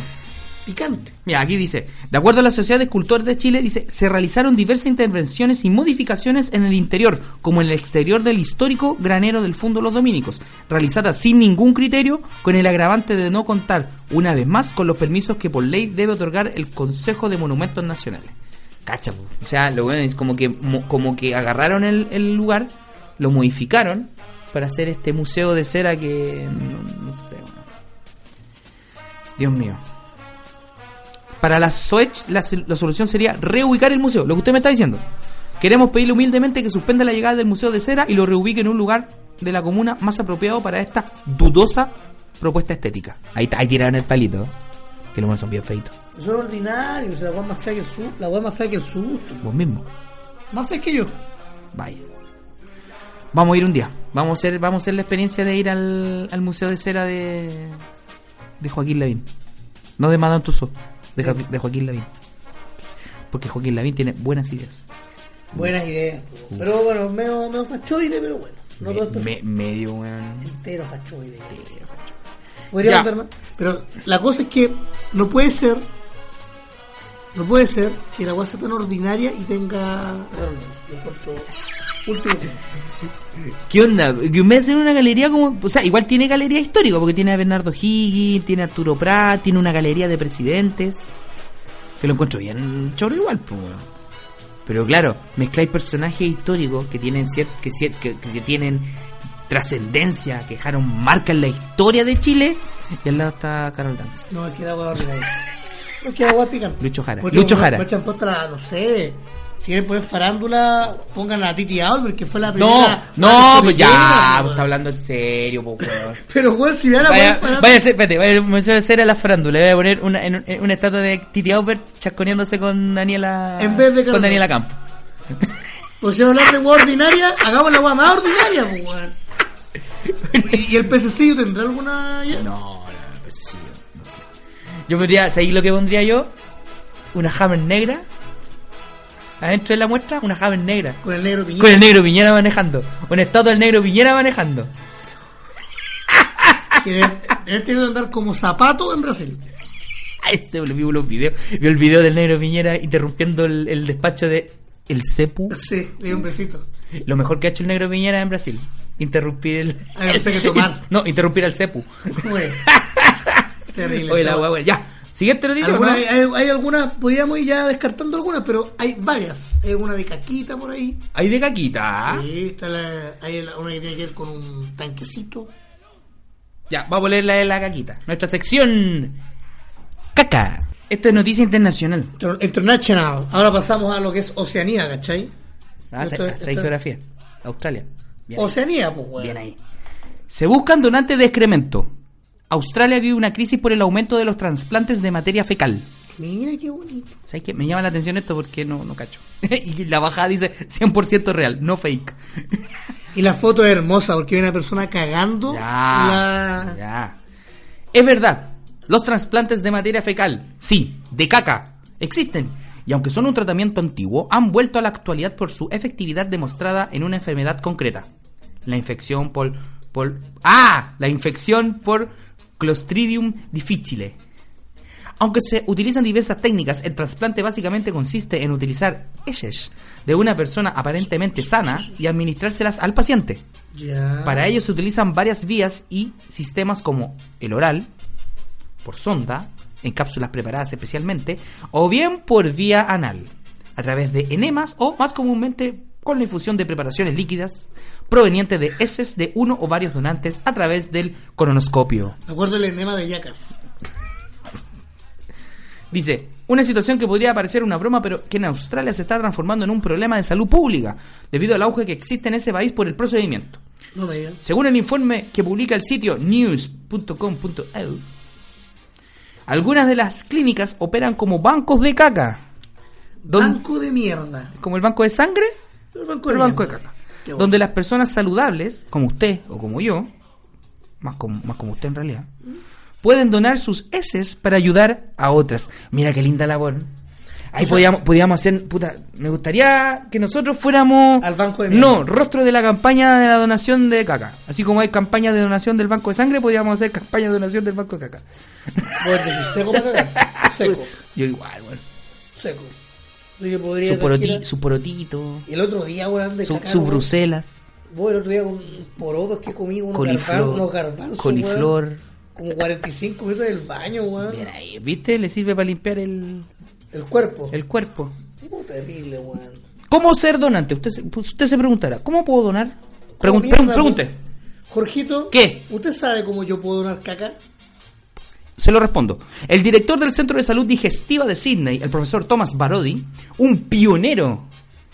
S1: picante.
S3: Mira, aquí dice, de acuerdo a la Sociedad de Escultores de Chile, dice, se realizaron diversas intervenciones y modificaciones en el interior, como en el exterior del histórico granero del Fondo Los Dominicos, realizadas sin ningún criterio, con el agravante de no contar, una vez más, con los permisos que por ley debe otorgar el Consejo de Monumentos Nacionales. Cacha, po. o sea, lo bueno es como que, mo- como que agarraron el, el lugar, lo modificaron para hacer este museo de cera que... no- no sé, bueno. Dios mío. Para la SOECH la, sol- la solución sería reubicar el museo, lo que usted me está diciendo. Queremos pedirle humildemente que suspenda la llegada del Museo de Cera y lo reubique en un lugar de la comuna más apropiado para esta dudosa propuesta estética. Ahí, está, ahí tiraron el palito. ¿eh? Que los monos son bien feitos.
S1: Son ordinarios, la weá más fea que el sur, la weá más fea que el susto.
S3: Vos mismo.
S1: Más fea que yo.
S3: Vaya. Vamos a ir un día. Vamos a hacer, vamos a hacer la experiencia de ir al, al Museo de Cera de, de Joaquín Lavín. No de Madame Tussauds, de, Joaqu- de Joaquín Lavín. Porque Joaquín Lavín tiene buenas ideas.
S1: Buenas ideas. po. Pero bueno, medio, medio fachoide, pero bueno. No todo es perfecto.
S3: Me- medio, weón.
S1: entero fachoide.
S3: Entero
S1: Podría
S3: Ya.
S1: mandar más. Pero la cosa es que no puede ser, no puede ser que la weá sea tan ordinaria y tenga... Lo encuentro último.
S3: ¿Qué onda? Que me hacen una galería como. O sea, igual tiene galería histórica, porque tiene a Bernardo Higgins, tiene a Arturo Prat, tiene una galería de presidentes. Que lo encuentro bien choro igual, pues, weón. Pero claro, mezcláis personajes históricos que tienen cier- que, cier- que, que tienen trascendencia, que dejaron marca en la historia de Chile. Y al lado está Carol Dance.
S1: No, es que era agua ordinaria. No, es que era agua picante.
S3: Lucho Jara.
S1: Pues,
S3: Lucho
S1: no,
S3: Jara.
S1: no, no, tampoco la- no sé. Si quieren poner farándula, pongan a Titi Albert, que fue la
S3: No,
S1: primera.
S3: no, pues ya,
S1: cordillera,
S3: pues,
S1: weón.
S3: está hablando en serio, pues, weón.
S1: Pero, weón, si me van a poner
S3: Vaya,
S1: farándula-
S3: vaya a ser, espérate, vaya, me voy a hacer a la farándula. Voy a poner una, en, en una estatua de Titi Aubert chasconeándose con Daniela.
S1: En vez de
S3: con
S1: Carlos.
S3: Daniela Campo.
S1: Pues si van a hablar de agua ordinaria, hagamos la agua más ordinaria, pues, weón. ¿Y, y el pececillo tendrá alguna.? ya?
S3: No, no, pues sí, no sé. Yo pondría, ¿sabéis lo que pondría yo? Una Hammer negra. Adentro de la muestra, una Hammer negra.
S1: Con el negro piñón.
S3: Con el negro Piñera manejando. Una estatua del negro Piñera manejando.
S1: Que deben deben tener que andar como zapato en Brasil.
S3: Ay, se me olvidó los videos. Vio el video del negro Piñera interrumpiendo el, el despacho de. El CEPU.
S1: Sí, le doy un besito.
S3: Lo mejor que ha hecho el negro Piñera en Brasil. Interrumpir el.
S1: Ay, no sé qué tomar.
S3: No, interrumpir al CEPU.
S1: Bueno. Terrible.
S3: Oye, la
S1: todo.
S3: hueá, Ya. Siguiente noticia,
S1: Algunas-
S3: ¿no?
S1: hay, hay algunas, podríamos ir ya descartando algunas, pero hay varias. Hay una de caquita por ahí.
S3: Hay de caquita.
S1: Sí, está la- hay la- una que tiene que ver con un tanquecito.
S3: Ya, vamos a leer la de la caquita. Nuestra sección. Caca. Esta es noticia internacional.
S1: Inter- International. Ahora pasamos a lo que es Oceanía, ¿cachai?
S3: Ah,
S1: Esto-
S3: se- se-
S1: esto-
S3: geografía. Australia. Bien,
S1: Oceanía, pues, weón.
S3: bien ahí. Se buscan donantes de excremento. Australia vive una crisis por el aumento de los trasplantes de materia fecal.
S1: Mira qué bonito.
S3: ¿Sabes qué? Me llama la atención esto porque no, no cacho. y la bajada dice 100% real, no fake.
S1: Y la foto es hermosa porque hay una persona cagando.
S3: Ya,
S1: la-
S3: ya. Es verdad. Los trasplantes de materia fecal, sí, de caca, existen. Y aunque son un tratamiento antiguo, han vuelto a la actualidad por su efectividad demostrada en una enfermedad concreta. La infección por... por ¡Ah! La infección por Clostridium difficile. Aunque se utilizan diversas técnicas, el trasplante básicamente consiste en utilizar heces de una persona aparentemente sana y administrárselas al paciente.
S1: Ya.
S3: Para ello se utilizan varias vías y sistemas como el oral, por sonda, en cápsulas preparadas especialmente, o bien por vía anal, a través de enemas o más comúnmente con la infusión de preparaciones líquidas provenientes de heces de uno o varios donantes a través del colonoscopio.
S1: Me acuerdo el enema de Yacas.
S3: Dice, una situación que podría parecer una broma, pero que en Australia se está transformando en un problema de salud pública, debido al auge que existe en ese país por el procedimiento.
S1: No me digas.
S3: Según el informe que publica el sitio news.com.au, algunas de las clínicas operan como bancos de caca, don-
S1: Banco de mierda.
S3: como el banco de sangre,
S1: El banco
S3: el banco de
S1: mierda.
S3: caca,
S1: Qué bueno.
S3: donde las personas saludables, como usted o como yo, más como, más como usted en realidad,
S1: Mm.
S3: pueden donar sus heces para ayudar a otras. Mira qué linda labor. Ahí
S1: O sea-
S3: podíamos, podíamos hacer, puta, me gustaría que nosotros fuéramos...
S1: Al banco de
S3: No,
S1: mierda.
S3: rostro de la campaña de la donación de caca. Así como hay campaña de donación del banco de sangre, podríamos hacer campaña de donación del banco de caca.
S1: Vos decís, seco para cagar. Seco,
S3: Yo igual, bueno.
S1: seco. Así que podría
S3: Su, poroti-
S1: tranquila-
S3: su porotito,
S1: El otro día, weón, de
S3: su,
S1: cagar,
S3: su
S1: weón.
S3: Bruselas,
S1: Voy el otro día con porotos que comí, unos
S3: Coliflor.
S1: garbanzos, unos garbanzos,
S3: coliflor.
S1: weón. Como 45 minutos en el baño, weón.
S3: Bien ahí, ¿viste? Le sirve para limpiar el,
S1: El cuerpo.
S3: el cuerpo.
S1: Puta, terrible, weón.
S3: ¿Cómo ser donante? Usted, se- pues, usted se preguntará, ¿cómo puedo donar? Pregun-
S1: Como mierda,
S3: pregun- pregunte,
S1: Jorgito.
S3: ¿Qué?
S1: ¿Usted sabe cómo yo puedo donar caca?
S3: se lo respondo. El director del Centro de Salud Digestiva de Sydney, el profesor Thomas Barodi, un pionero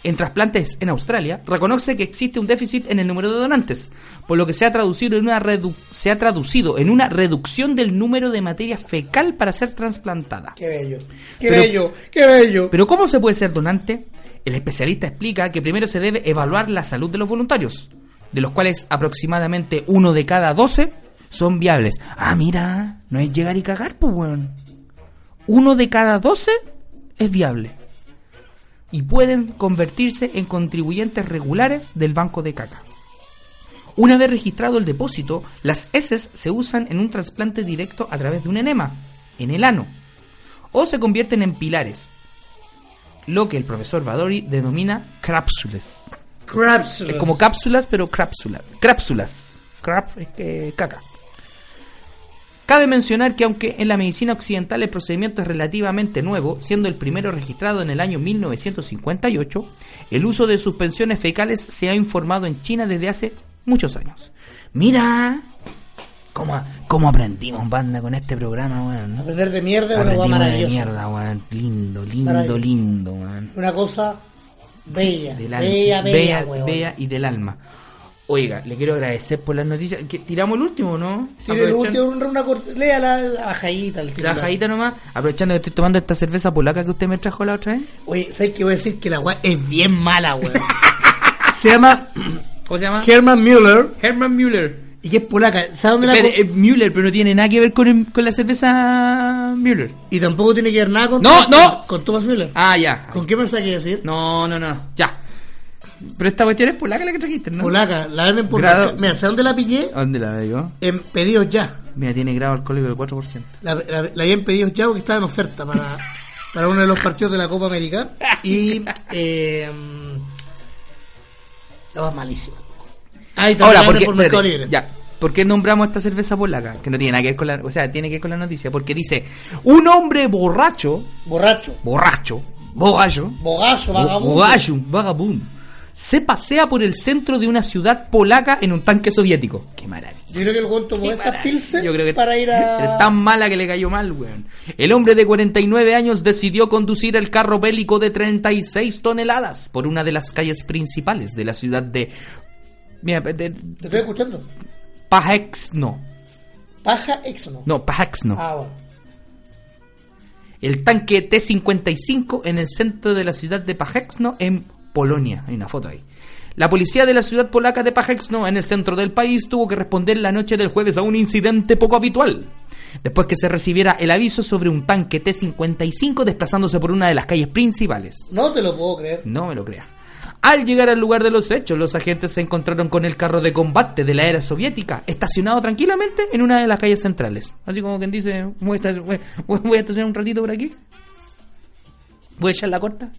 S3: en trasplantes en Australia, reconoce que existe un déficit en el número de donantes, por lo que se ha traducido en una, redu- se ha traducido en una reducción del número de materia fecal para ser trasplantada.
S1: Qué bello. Qué
S3: Pero-
S1: bello. Qué bello.
S3: Pero ¿cómo se puede ser donante? El especialista explica que primero se debe evaluar la salud de los voluntarios, de los cuales aproximadamente uno de cada 12 son viables. Ah, mira, no es llegar y cagar, pues weón. Uno de cada 12 es viable. Y pueden convertirse en contribuyentes regulares del banco de caca. Una vez registrado el depósito, las heces se usan en un trasplante directo a través de un enema, en el ano, o se convierten en pilares, lo que el profesor Vadori denomina cápsulas.
S1: Crabs.
S3: Es como cápsulas, pero cápsulas. Cápsulas. Crap es que caca. Cabe mencionar que aunque en la medicina occidental el procedimiento es relativamente nuevo, siendo el primero registrado en el año 1958, el uso de suspensiones fecales se ha informado en China desde hace muchos años. Mira, cómo, cómo aprendimos banda con este programa, weón. ¿no?
S1: Aprender de mierda es una weá
S3: Aprendimos de
S1: maravillosa.
S3: mierda, weón. Lindo, lindo,
S1: Maravilloso.
S3: lindo, weón.
S1: Una cosa bella.
S3: Del alma.
S1: Bella, bella, weón.
S3: bella y del alma. Oiga, le quiero agradecer por las noticias. Que tiramos el último, ¿no?
S1: Tiene el
S3: Aprovechando-
S1: último, una, una cort- Lea la, la bajadita, el
S3: La
S1: titular.
S3: bajadita nomás, aprovechando que estoy tomando esta cerveza polaca que usted me trajo la otra vez.
S1: Oye, ¿sabes qué voy a decir? Que la weá es bien mala, weón.
S3: Ah,
S1: Se llama
S3: ¿Cómo se llama?
S1: Herman Müller
S3: Herman Müller.
S1: y que es polaca. ¿Sabes dónde la
S3: Espérate,
S1: co-
S3: es Müller, pero no tiene nada que ver con, el- con la cerveza Müller.
S1: Y tampoco tiene que ver nada con
S3: eh, No,
S1: Thomas-
S3: no.
S1: con Thomas Müller.
S3: Ah, ya.
S1: ¿Con qué pensás que iba a decir?
S3: No, no, no, ya. Pero esta cuestión es polaca la que trajiste, ¿no?
S1: Polaca, la venden por
S3: Grado- Ah.
S1: mercado. Mira, ¿sabes dónde la pillé?
S3: ¿A ¿Dónde la veo?
S1: En pedidos ya.
S3: Mira, tiene grado alcohólico del 4%.
S1: La, la, la había en pedidos ya porque estaba en oferta para, para uno de los partidos de la Copa América. Y. Eh, la más malísima. Ahí también
S3: Ahora,
S1: la
S3: porque,
S1: venden por Mercado
S3: espérate,
S1: Libre.
S3: ya, ¿por qué nombramos esta cerveza polaca? Que no tiene nada que ver con la, o sea, tiene que ver con la noticia, porque dice, un hombre borracho,
S1: Borracho,
S3: borracho, borracho,
S1: bogazo, vagabundo.
S3: borracho, vagabundo, se pasea por el centro de una ciudad polaca en un tanque soviético. Qué maravilla.
S1: Yo creo que el Juan tomó estas
S3: Maravilla.
S1: pilsen
S3: Yo creo que
S1: para ir
S3: era
S1: a.
S3: tan mala que le cayó mal, weón. El hombre de 49 años decidió conducir el carro bélico de 36 toneladas por una de las calles principales de la ciudad de... Mira, de,
S1: Te estoy escuchando.
S3: Pajaxno.
S1: Paja Exxon.
S3: No, Pajaxno.
S1: Ah, bueno.
S3: El tanque T-55 en el centro de la ciudad de Pajaxno, en Polonia. Hay una foto ahí. La policía de la ciudad polaca de Pajaxno, en el centro del país, tuvo que responder la noche del jueves a un incidente poco habitual. después que se recibiera el aviso sobre un tanque T-55 desplazándose por una de las calles principales.
S1: No te lo puedo creer.
S3: No me lo crea. Al llegar al lugar de los hechos, los agentes se encontraron con el carro de combate de la era soviética, estacionado tranquilamente en una de las calles centrales. Así como quien dice, voy a esta- voy- voy- voy a estacionar un ratito por aquí. Voy a echar la corta.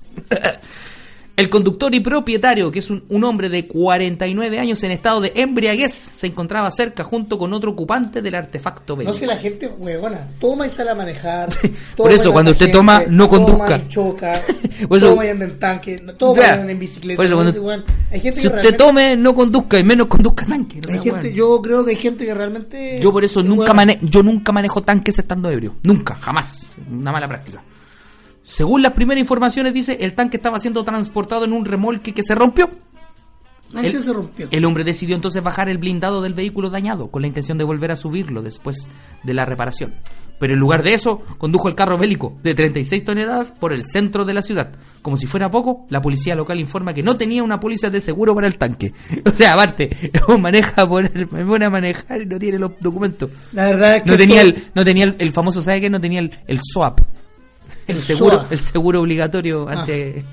S3: El conductor y propietario, que es un, un hombre de 49 años en estado de embriaguez, se encontraba cerca junto con otro ocupante del artefacto
S1: No
S3: bélico.
S1: sé, la gente huevona. Toma y sale a manejar. toma
S3: Por
S1: y
S3: eso,
S1: mata
S3: cuando usted toma, no
S1: Toma
S3: conduzca.
S1: y choca.
S3: Por eso-
S1: toma y anda en tanque. no- Toma y
S3: Claro.
S1: anda en bicicleta.
S3: Por eso, cuando-
S1: Entonces, weón, hay gente
S3: si
S1: que
S3: usted
S1: realmente-
S3: tome, no conduzca y menos conduzca tanque.
S1: hay gente, yo creo que hay gente que realmente.
S3: Yo por eso
S1: que,
S3: nunca
S1: weón,
S3: mane- yo nunca manejo tanques estando ebrio. Nunca, jamás. Una mala práctica. Según las primeras informaciones, dice, el tanque estaba siendo transportado en un remolque que se rompió.
S1: Ah, ese
S3: el-
S1: se rompió.
S3: El hombre decidió entonces bajar el blindado del vehículo dañado con la intención de volver a subirlo después de la reparación. Pero en lugar de eso, condujo el carro bélico de 36 toneladas por el centro de la ciudad. Como si fuera poco, la policía local informa que no tenía una póliza de seguro para el tanque. O sea, aparte, maneja por el, me pone a manejar y no tiene los documentos.
S1: La verdad es que.
S3: No tenía
S1: todo-
S3: el, no tenía el, el famoso, ¿sabe qué? No tenía el, el SOAP. El,
S1: El Ah.
S3: seguro,
S1: SOAP.
S3: el seguro obligatorio ante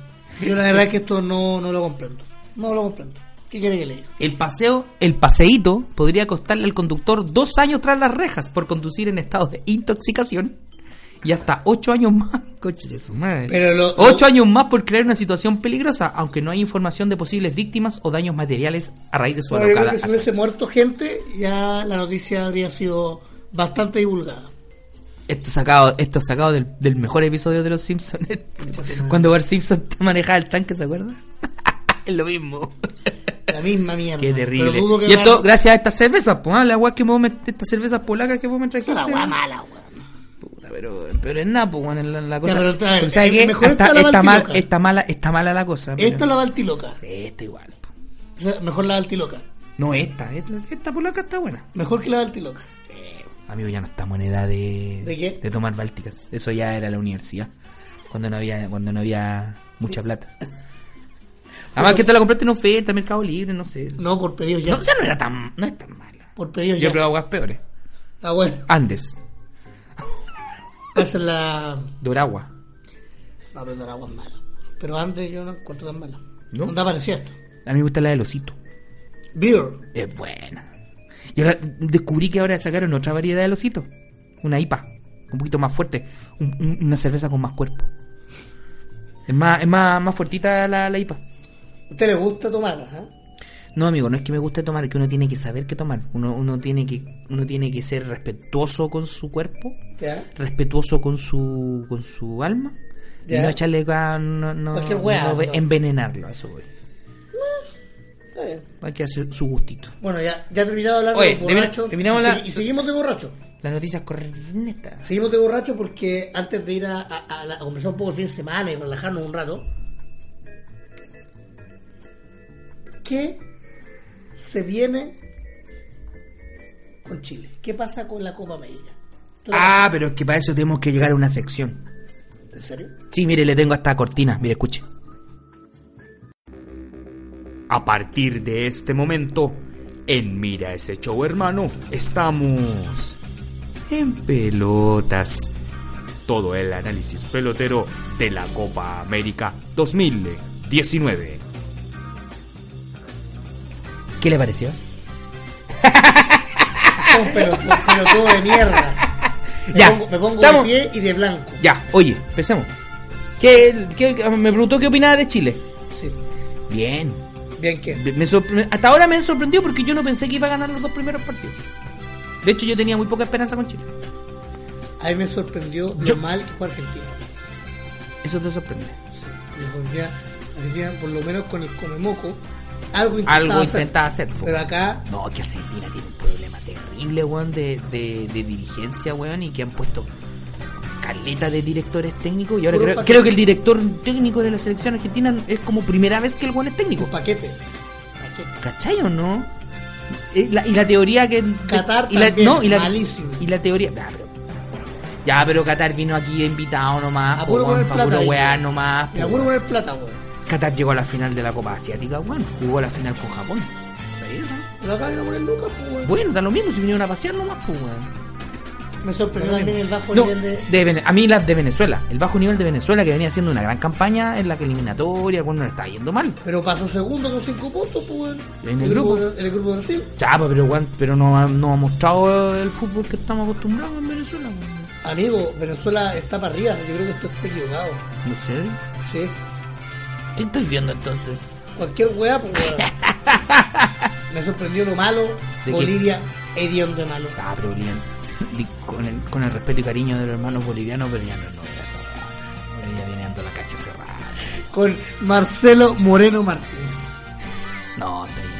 S1: Yo la verdad es que esto no, no lo comprendo. No lo comprendo. ¿Qué quiere que le diga?
S3: El paseo, el paseíto podría costarle al conductor dos años tras las rejas por conducir en estado de intoxicación y hasta ocho años más. Coche de su madre.
S1: Pero lo- lo-
S3: ocho años más por crear una situación peligrosa, aunque no hay información de posibles víctimas o daños materiales a raíz de su
S1: Bueno, yo creo
S3: alocada
S1: que si
S3: hazaña.
S1: hubiese muerto gente, ya la noticia habría sido bastante divulgada.
S3: Esto sacado, esto sacado del, del mejor episodio de Los Simpsons. Cuando Bart Simpson manejaba el tanque, ¿se acuerda? es lo mismo.
S1: La misma mierda.
S3: Qué terrible.
S1: Pero dudo que
S3: Y esto
S1: realmente-
S3: gracias a estas cervezas, pues, ah, la weá que vos me, estas cervezas polacas que vos me trajiste.
S1: La weá mala, weón.
S3: Puta, pero, pero es nada, pues, bueno, la, la cosa.
S1: pero está-
S3: pero ¿sabes
S1: eh,
S3: qué?
S1: mejor
S3: Hasta-
S1: está la
S3: está, mal,
S1: Baltiloca.
S3: está mala, está mala la cosa. pero-
S1: Esta es la Baltiloca.
S3: Esta igual. po.
S1: O sea, mejor la Baltiloca.
S3: No, esta, esta, esta polaca está buena.
S1: Mejor que la Baltiloca.
S3: Eh, Amigo, ya no estamos en edad de,
S1: ¿De qué?
S3: tomar bálticas. Eso ya era la universidad. Cuando no había, cuando no había mucha plata. Además que te la compraste en oferta, Mercado Libre, no sé.
S1: No, por pedidos ya.
S3: No, o sea, no era tan, no es tan mala.
S1: Por pedidos
S3: Yo he
S1: ya.
S3: probado aguas peores.
S1: Ah, bueno.
S3: Andes,
S1: Esa es la.
S3: Doragua.
S1: No, pero la agua es mala. Pero antes yo no encuentro tan mala.
S3: ¿No?
S1: ¿Dónde aparecía esto?
S3: A mí me gusta la del osito.
S1: Beer.
S3: Es buena. Y ahora descubrí que ahora sacaron otra variedad de osito. Una IPA. Un poquito más fuerte. Un- un- una cerveza con más cuerpo. Es más, es más, más fuertita la, la IPA.
S1: ¿A usted le gusta tomarla, ¿eh?
S3: No, amigo, no es que me guste tomar, es que uno tiene que saber qué tomar. Uno, uno, tiene que, uno tiene que ser respetuoso con su cuerpo,
S1: ¿Ya?
S3: respetuoso con su, con su alma.
S1: Ya.
S3: Y no echarle ca- no, no,
S1: Cualquier weá,
S3: no
S1: así como-
S3: envenenarlo, a eso voy.
S1: Está bien.
S3: Hay que hacer su gustito.
S1: Bueno, ya, ya terminado de hablar de
S3: Oye,
S1: los borrachos.
S3: termina- terminamos
S1: y,
S3: la-
S1: segui- y seguimos de borracho.
S3: Las noticias correctas.
S1: Seguimos de borracho porque antes de ir a, a- a la- a conversar un poco el fin de semana y relajarnos un rato, ¿qué se viene con Chile? ¿Qué pasa con la Copa América? ¿Tú la-
S3: Ah, pero es que para eso tenemos que llegar a una sección.
S1: ¿En serio?
S3: Sí, mire, le tengo hasta cortina. Mire, escuche.
S4: A partir de este momento, en Mira ese show hermano, estamos en pelotas. Todo el análisis pelotero de la Copa América 2019.
S3: ¿Qué le pareció?
S1: Son pelotudos, pelotudos de mierda. Me
S3: Ya,
S1: pongo, me pongo
S3: estamos-
S1: de pie y de blanco.
S3: Ya, oye, empecemos. ¿Qué, qué- me preguntó qué opinaba de Chile.
S1: Sí.
S3: Bien.
S1: Bien que.
S3: Me sorpre- hasta ahora me sorprendió porque yo no pensé que iba a ganar los dos primeros partidos. De hecho, yo tenía muy poca esperanza con Chile.
S1: A mí me sorprendió
S3: Yo-
S1: lo mal que fue Argentina.
S3: Eso te sorprende.
S1: Me volvía- Argentina, por lo menos con el Comemoco, algo intentaba
S3: Algo
S1: hacer.
S3: intentaba hacer. po.
S1: Pero acá
S3: No, que Argentina tiene un problema terrible, weón, de, de, de dirigencia, weón, y que han puesto caleta de directores técnicos. Y ahora
S1: Puro
S3: creo,
S1: paquete.
S3: creo que el director técnico de la selección argentina es como primera vez que el weón es técnico.
S1: Un paquete. Paquete.
S3: ¿Cachai o no? Eh, la- y la teoría que.
S1: Qatar
S3: y la,
S1: también,
S3: no, y la,
S1: malísimo.
S3: Y la teoría. ah, pero- ya, pero Qatar vino aquí invitado nomás.
S1: A
S3: po,
S1: puro
S3: Ah, pues, weón,
S1: poner
S3: pa'
S1: plata.
S3: puro
S1: ahí,
S3: weá
S1: weón.
S3: nomás. po,
S1: Y a puro
S3: weón.
S1: poner plata, weón.
S3: Qatar llegó a la final de la Copa Asiática, weón. Jugó a la final con Japón. ¿Sabías, no?
S1: Pero acá vino a poner lucas, pues, weón.
S3: Bueno, da lo mismo si vinieron a pasear nomás, pues, weón.
S1: Me sorprendió también el bajo
S3: No,
S1: nivel de...
S3: de Vene- a mí la de Venezuela, el bajo nivel de Venezuela que venía haciendo una gran campaña en la que eliminatoria, cuando le estaba yendo mal.
S1: Pero pasó segundo con cinco puntos, pues.
S3: En el grupo.
S1: de- En el grupo de Brasil.
S3: Chapa, pero, weón, pero no, ha- no ha mostrado el fútbol que estamos acostumbrados en Venezuela. weón.
S1: Amigo, Venezuela está para arriba. Yo creo que esto está equivocado.
S3: ¿En serio?
S1: Sí.
S3: ¿Qué estoy viendo entonces?
S1: Cualquier weá, pues weá. Me sorprendió lo malo.
S3: qué?
S1: Bolivia, hediondo de malo.
S3: Ah, pero Bolivia, di- con el, con el respeto y cariño de los hermanos bolivianos, pero ya no no era esa weá. Bolivia viene dando la cacha cerrada.
S1: Con Marcelo Moreno Martínez.
S3: No, está bien.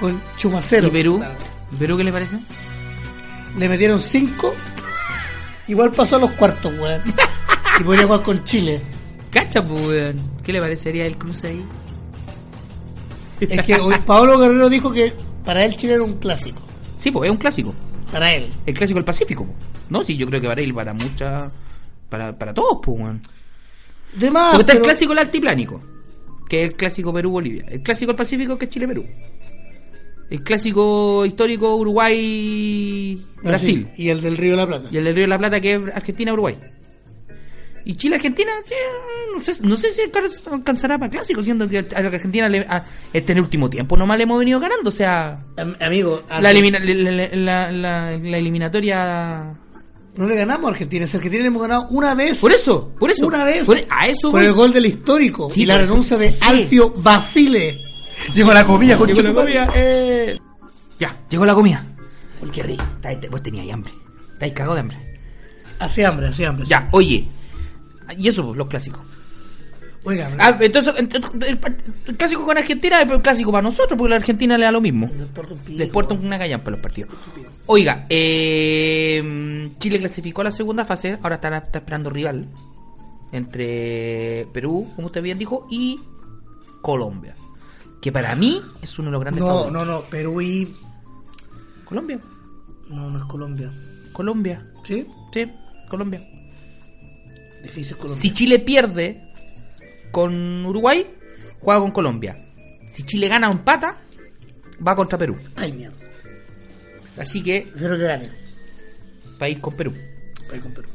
S1: Con Chumacero.
S3: ¿Y Perú?
S1: Claro.
S3: ¿Perú qué le parece?
S1: Le metieron cinco. Igual pasó a los cuartos, weón. Y podría jugar con Chile.
S3: Cacha, pues, weón. ¿Qué le parecería el cruce ahí?
S1: Es que hoy Pablo Guerrero dijo que para él Chile era un clásico.
S3: Sí, pues, es un clásico.
S1: Para él.
S3: El clásico del Pacífico, po. ¿no? Sí, yo creo que para ir para muchas. Para, para todos, pues, weón.
S1: De más,
S3: Porque está el
S1: Ah, pero-
S3: clásico del altiplánico, que es el clásico Perú-Bolivia. El clásico del Pacífico, que es Chile-Perú. El clásico histórico Uruguay-Brasil.
S1: Ah, Y el del Río de la Plata.
S3: Y el del Río de la Plata, que es Argentina-Uruguay. Y Chile-Argentina, sí, no, sé, no sé si alca- alcanzará para clásico, siendo que a la Argentina le- a- este en el último tiempo nomás le hemos venido ganando. O sea,
S1: Am- Amigo, a-
S3: la, elimina- la- la- la- la- la eliminatoria
S1: no le ganamos a Argentina. Es Argentina le hemos ganado una vez.
S3: Por eso, por eso.
S1: Una vez.
S3: Por e- a eso
S1: Por
S3: voy.
S1: el gol del histórico.
S3: Sí,
S1: y la
S3: por-
S1: renuncia de
S3: sí,
S1: Alfio Basile. Llegó la comida, con
S3: Llegó la comida, eh. Ya, llegó la comida. Uy, qué rico. Está- te- Vos teníais hambre. Estáis cagado de hambre.
S1: Hace hambre, hace hambre.
S3: Ya, oye. Y eso, pues, los clásicos.
S1: Oiga,
S3: Ah, entonces, ent- el, par- el clásico con Argentina es el clásico para nosotros, porque a la Argentina le da lo mismo.
S1: les porto un pico.
S3: Les porta una gallampa los partidos. Oiga, eh, Chile clasificó a la segunda fase, ahora está, está esperando rival entre Perú, como usted bien dijo, y Colombia. Que para mí es uno de los grandes
S1: No,
S3: favoritos.
S1: no, no. Perú y.
S3: Colombia.
S1: No, no es Colombia.
S3: Colombia.
S1: ¿Sí?
S3: Sí, Colombia.
S1: Difícil Colombia.
S3: Si Chile pierde con Uruguay, juega con Colombia. Si Chile gana o empata, va contra Perú.
S1: Ay, mierda.
S3: Así que
S1: Prefiero que gane.
S3: va a ir con Perú.
S1: Voy con Perú.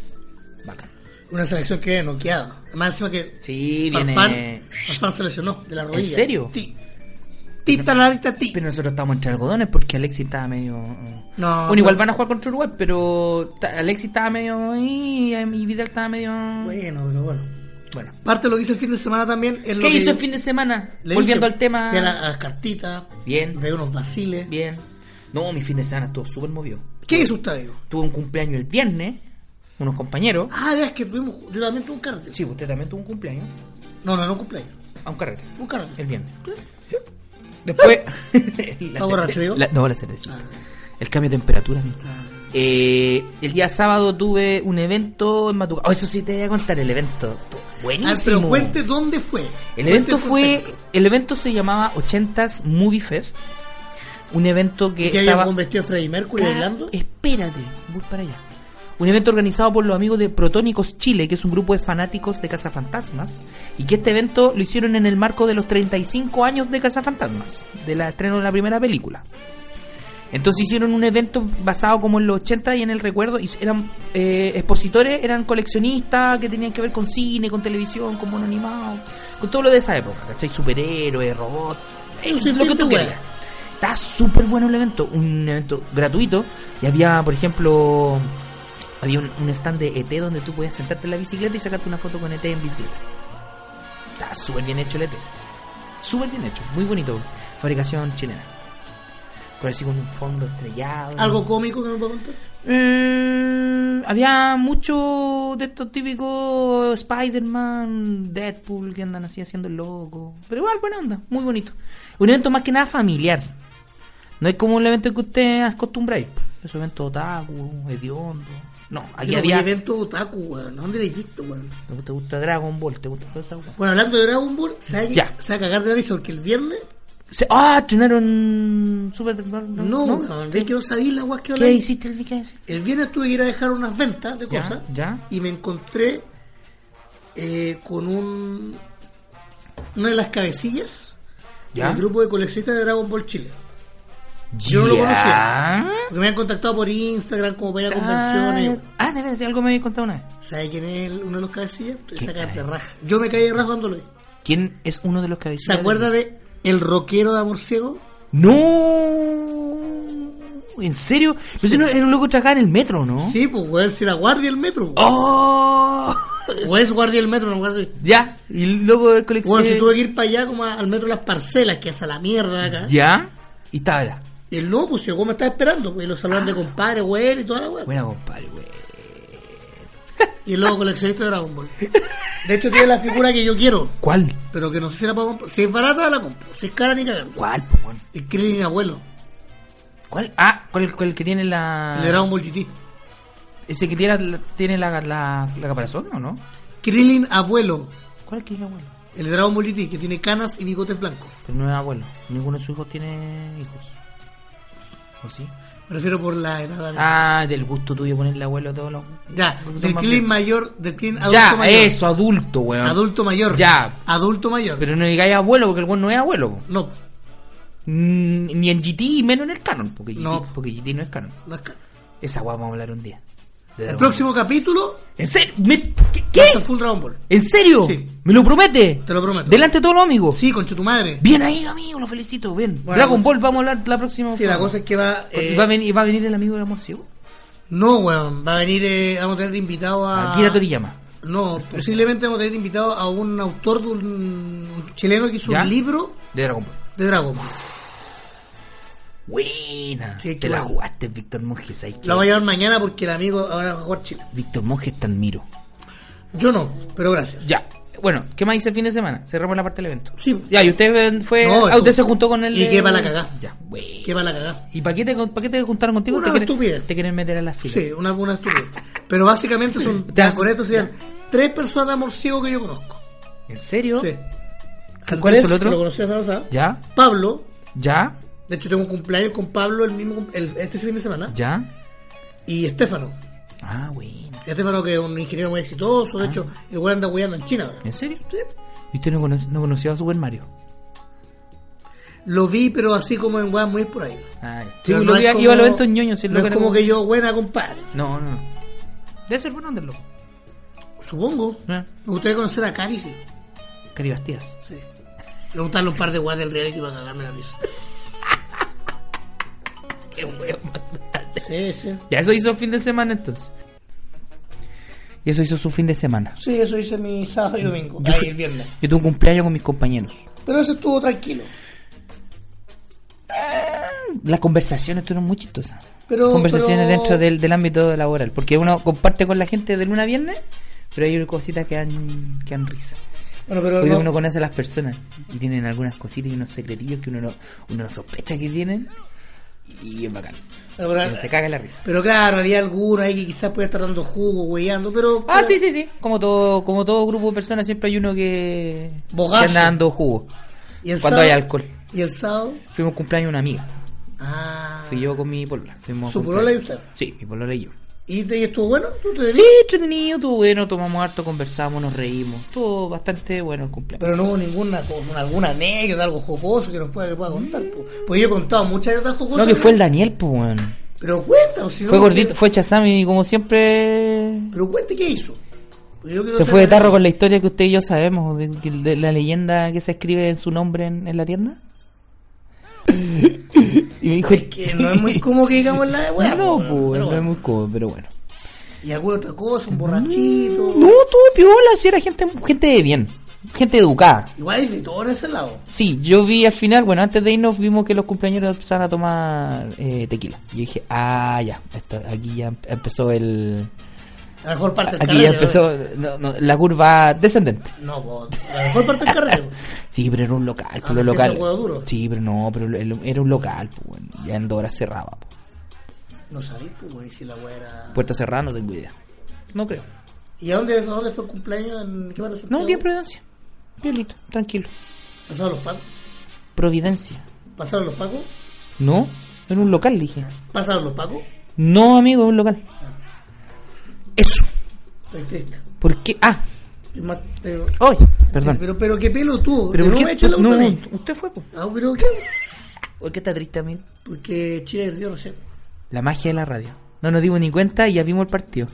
S3: Bacán.
S1: Una selección que viene noqueada. Además, encima que.
S3: Sí, viene.
S1: Farfán, Farfán se lesionó de la rodilla.
S3: serio?
S1: Sí. Tita la tita ti.
S3: Pero nosotros estamos entre algodones porque Alexis estaba medio. eh.
S1: No,
S3: Bueno, igual
S1: pero-
S3: van a jugar contra Uruguay, pero ta- Alexis estaba medio. Y, y Vidal estaba medio.
S1: Bueno, pero bueno.
S3: Bueno.
S1: Parte de lo que hice el fin de semana también. Es lo
S3: ¿Qué
S1: que
S3: hizo el fin de semana?
S1: le
S3: Volviendo
S1: dije,
S3: al tema.
S1: fui a la- a las cartitas.
S3: Bien.
S1: Pegué unos vaciles.
S3: Bien. No, mi fin de semana estuvo súper movido.
S1: ¿Qué hizo usted, amigo?
S3: Tuve un cumpleaños el viernes, unos compañeros.
S1: Ah, es que tuvimos. Yo también tuve un carrete.
S3: Sí, usted también tuvo un cumpleaños.
S1: No, no, no un cumpleaños.
S3: A un carrete.
S1: Un carrete.
S3: El viernes. Después. la
S1: borracho, digo?
S3: la- No, la cerveza.
S1: Ah,
S3: El cambio de temperatura, amigo.
S1: ah.
S3: Eh, el día sábado tuve un evento en Matuca. Oh, eso sí te voy a contar el evento. Buenísimo.
S1: Ah, pero cuente dónde fue.
S3: El
S1: Cuente
S3: evento
S1: el
S3: fue.
S1: contexto.
S3: El evento se llamaba 80s Movie Fest. Un evento que
S1: Que
S3: estaba. Ah.
S1: había un vestido de Freddie Mercury
S3: Ca-
S1: bailando.
S3: Espérate, voy para allá. Un evento organizado por los amigos de Protónicos Chile, que es un grupo de fanáticos de Cazafantasmas, y que este evento lo hicieron en el marco de los 35 años de Cazafantasmas, del estreno de la primera película. Entonces hicieron un evento basado como en los 80 y en el recuerdo, y eran eh, expositores, eran coleccionistas que tenían que ver con cine, con televisión, con mono animado, con todo lo de esa época, ¿cachai? Superhéroes, robots, eh,
S1: Sí,
S3: lo que tú
S1: sí,
S3: quieras.
S1: bueno.
S3: Está súper bueno el evento, un evento gratuito. Y había, por ejemplo, había un, un stand de ET donde tú podías sentarte en la bicicleta y sacarte una foto con ET en bicicleta. Está súper bien hecho el ET. Súper bien hecho, muy bonito. Fabricación chilena. Pero así con un fondo estrellado.
S1: Algo cómico que me puedo contar.
S3: Eh, había mucho de estos típicos Spider-Man, Deadpool que andan así haciendo el loco. Pero igual, buena onda, muy bonito. Un evento más que nada familiar. No es como el evento que ustedes acostumbráis. Esos eventos otaku, hediondo. No, aquí
S1: Pero
S3: había.
S1: pues, un evento otaku, weón. ¿Dónde lo has visto, weón?
S3: ¿Te gusta Dragon Ball? ¿Te gusta toda esa weá?
S1: Bueno, hablando de Dragon Ball, se va a-
S3: Ya.
S1: se va a cagar de la risa porque el viernes.
S3: Se- ¡Ah! Estrenaron Super. No,
S1: No, weón. Ve que no sabía la guas que
S3: ¿Qué
S1: habláis.
S3: hiciste el día ese?
S1: El viernes tuve que ir a dejar unas ventas de
S3: Ya,
S1: cosas.
S3: ya.
S1: Y me encontré eh, con un. Una de las cabecillas
S3: Ya.
S1: del grupo de coleccionistas de Dragon Ball Chile. Yo no lo
S3: Ya.
S1: conocía. Porque me han contactado por Instagram como para ir a convenciones.
S3: Ah, de veras, algo me había contado una vez.
S1: ¿Sabes quién es el- uno de los cabecillas? Te
S3: ¿Quién?
S1: sacas de raja. Yo me caí de raja cuando lo vi.
S3: ¿Quién es uno de los cabecillas?
S1: ¿Se acuerda de El Roquero de Amor Ciego?
S3: ¡No! ¿En serio? Pero si no, era un loco que trabajaba en el metro, ¿no?
S1: Sí, pues, weón, si era guardia del metro.
S3: ¡Oh!
S1: O es guardia del metro, no guardia del-
S3: Ya, y el loco de colección.
S1: Bueno, si tuve que ir para allá como a- al metro Las Parcelas, que es a la mierda de acá.
S3: Ya, y estaba allá.
S1: Y el no, pues, si el weón me estaba esperando, pues, y lo saludan de compadre, weón, y toda la weón.
S3: Buena, compadre, güey.
S1: Y el loco coleccionista de Dragon Ball. De hecho, tiene la figura que yo quiero,
S3: ¿Cuál?
S1: pero que no sé si la puedo comprar. Si es barata, la compro. Si es cara, ni cagando.
S3: ¿Cuál, po, weón?
S1: El Krillin abuelo,
S3: ¿Cuál? Ah, ¿cuál, cuál que tiene la.
S1: el de Dragon Ball GT.
S3: ¿Ese que tiene, la- tiene la, la, la caparazón o no?
S1: Krillin abuelo,
S3: ¿Cuál que es el abuelo?
S1: el de Dragon Ball GT, que tiene canas y bigotes blancos.
S3: Pero no es abuelo. Ninguno de sus hijos tiene hijos. ¿O sí?
S1: Me refiero por la edad.
S3: Ah, del gusto tuyo ponerle abuelo a todos los.
S1: ya,
S3: Porque son
S1: del
S3: más
S1: Krillin
S3: viejos.
S1: mayor, del Krillin adulto
S3: ya,
S1: mayor.
S3: eso, adulto, weón.
S1: Adulto mayor.
S3: Ya.
S1: Adulto mayor.
S3: Pero no digáis abuelo porque el weón no es abuelo. po.
S1: No,
S3: Mm, Ni en GT y menos en el canon. Porque GT,
S1: No.
S3: porque GT no es canon.
S1: no es cara.
S3: Esa weá vamos a hablar un día. De
S1: El
S3: Dragon
S1: próximo capítulo
S3: Ball. ¿En serio? ¿Me- ¿Qué? qué?
S1: está full Dragon Ball.
S3: ¿En serio?
S1: Sí.
S3: ¿Me lo promete?
S1: Te lo prometo.
S3: Delante de todos los amigos.
S1: Sí, concha tu madre.
S3: Bien ahí, amigo, lo felicito. Bien.
S1: Bueno,
S3: Dragon
S1: la-
S3: Ball, vamos a hablar la próxima.
S1: Sí, la cosa es que va.
S3: ¿Y,
S1: eh,
S3: va a venir, y va a venir el amigo del amor ciego?
S1: No, weón. Va a venir. eh, vamos a tener invitado a.
S3: Akira Toriyama.
S1: No, posiblemente vamos a tener invitado a un autor de un, un chileno que hizo
S3: ¿Ya?
S1: un libro
S3: De Dragon Ball.
S1: de Dragon Ball.
S3: Buena.
S1: Sí,
S3: Te
S1: qué
S3: la
S1: bueno.
S3: jugaste, Víctor Monge. ¿sabes qué?
S1: La voy a llevar mañana porque el amigo ahora va a jugar Chile.
S3: Víctor Monge te admiro.
S1: Yo no, pero gracias.
S3: Ya. Bueno, ¿qué más hice el fin de semana? Cerramos la parte del evento.
S1: Sí.
S3: Ya, y usted ven- fue.
S1: No,
S3: ah, usted
S1: estuvo-
S3: se juntó con el.
S1: y
S3: de-
S1: qué para la cagá.
S3: Ya, güey.
S1: Qué va la cagada.
S3: ¿Y para qué, te, pa' qué te juntaron contigo?
S1: Una
S3: te, quieren,
S1: estupidez.
S3: te quieren meter a las filas.
S1: Sí, una, una estupidez. Pero básicamente son.
S3: Te has-
S1: Con esto serían tres personas de amor ciego que yo conozco.
S3: ¿En serio?
S1: Sí.
S3: ¿Cuál
S1: Andrés,
S3: es el otro?
S1: Lo conocí la semana pasada.
S3: ¿Ya?
S1: Pablo,
S3: ¿Ya?
S1: de hecho tengo un cumpleaños con Pablo el mismo cum- el- este fin de semana.
S3: ¿Ya?
S1: Y Estefano.
S3: Ah, bueno.
S1: Estefano que es un ingeniero muy exitoso, de
S3: Ah.
S1: hecho, el güey anda hueando en China ahora.
S3: ¿En serio?
S1: Sí.
S3: ¿Y usted no, conoce- no conoció a Super Mario?
S1: Lo vi, pero así como en weas muy por ahí.
S3: Ah, ya. Sí, lo que iba a los eventos ñoños. sí, lo
S1: no es
S3: era
S1: como que yo buena compadre.
S3: No, no, no. Debe ser Fernández, loco.
S1: Supongo.
S3: ¿Eh?
S1: Me gustaría conocer a Cari, sí.
S3: Caribastías.
S1: Sí. Me gustan un par de weas del reality para cagarme la risa.
S3: Qué huevo.
S1: Sí, sí.
S3: Ya, eso hizo fin de semana entonces. Y eso hizo su fin de semana.
S1: Sí, eso hice mi sábado y domingo.
S3: Yo
S1: Ahí,
S3: fui-
S1: el viernes.
S3: Yo tuve un cumpleaños con mis compañeros.
S1: Pero eso estuvo tranquilo.
S3: Las conversaciones fueron muy chistosas.
S1: Pero-
S3: conversaciones
S1: pero-
S3: dentro del, del ámbito laboral. Porque uno comparte con la gente de luna a viernes, pero hay cositas que dan, que dan risa.
S1: Bueno, pero
S3: Porque
S1: no-
S3: uno conoce a las personas y tienen algunas cositas y unos secretillos que uno no, uno no sospecha que tienen. Y es bacán.
S1: pero, pero-
S3: Uno se caga en la risa.
S1: pero claro, había alguno ahí que quizás podía estar dando jugo, weyando, pero...
S3: Ah,
S1: pero-
S3: sí, sí, sí. Como todo, como todo grupo de personas, siempre hay uno que, que
S1: Bogazo.
S3: anda dando jugo.
S1: ¿Y el
S3: Cuando
S1: sábado?
S3: hay alcohol.
S1: ¿Y el sábado?
S3: Fuimos a un cumpleaños de una amiga.
S1: Ah.
S3: Fui yo con mi polola. Fuimos a
S1: ¿Su
S3: cumpleaños.
S1: polola y usted?
S3: Sí, mi polola y yo.
S1: ¿Y, te, y estuvo bueno? ¿Tú te
S3: Sí,
S1: dirías?
S3: entretenido, todo bueno, tomamos harto, conversamos, nos reímos. Todo bastante bueno el cumpleaños.
S1: Pero no hubo ninguna, cosa, alguna anécdota, algo jocoso que nos pueda, que pueda contar. po. Porque yo he contado muchas anécdotas jocosas.
S3: No, que fue el Daniel, pues, weón.
S1: Pero cuéntanos, si no...
S3: Fue
S1: no
S3: gordito,
S1: quiero-
S3: fue chasami, como siempre.
S1: Pero cuente qué hizo. Porque yo quiero
S3: Se
S1: saber-
S3: fue de tarro con la historia que usted y yo sabemos, de, de- de la leyenda que se escribe en su nombre en, en la tienda. y me dijo,
S1: Es que no es muy cómodo que digamos la de
S3: No,
S1: weá, po,
S3: pues,
S1: pero
S3: no es
S1: bueno.
S3: muy cómodo, pero bueno.
S1: Y alguna otra cosa, un borrachito.
S3: No, todo piola, si era gente, gente de bien, gente educada.
S1: Igual hay de todo en ese lado.
S3: Sí, yo vi al final, bueno, antes de irnos vimos que los cumpleaños empezaron a tomar eh, tequila. Y yo dije, ah, ya, esto- aquí ya em- empezó el...
S1: La mejor parte del
S3: Aquí ya
S1: carrete,
S3: empezó no, no, la curva descendente.
S1: No, po, la mejor parte del carrete. po.
S3: Sí, pero era un local,
S1: Ah,
S3: pero
S1: empieza
S3: local.
S1: el huevo duro.
S3: Sí, pero no, pero el- era un local, pues, bueno, ya en Dora cerraba. pues.
S1: No sabéis, pues, güey, si la weá era.
S3: Puerta cerrada no tengo idea. No creo.
S1: ¿Y a dónde, a dónde fue el cumpleaños? ¿En qué parte de
S3: No,
S1: Santiago?
S3: aquí en Providencia. Violito, tranquilo.
S1: ¿Pasaron los pacos?
S3: Providencia.
S1: ¿Pasaron los pacos?
S3: No, era un local, dije.
S1: ¿Pasaron los pacos?
S3: No, amigo, es un local. Eso.
S1: Estoy triste.
S3: ¿Por qué? Ah,
S1: Es más, te-
S3: hoy, perdón.
S1: Pero, pero qué pelo tuvo.
S3: Pero
S1: Yo
S3: ¿por
S1: no
S3: qué?
S1: me he hecho la
S3: no,
S1: última vez.
S3: usted fue, pues.
S1: Ah, pero qué.
S3: ¿Por qué está triste, amigo?
S1: Porque Chile perdió recién.
S3: La magia de la radio. No nos dimos ni cuenta y ya vimos el partido.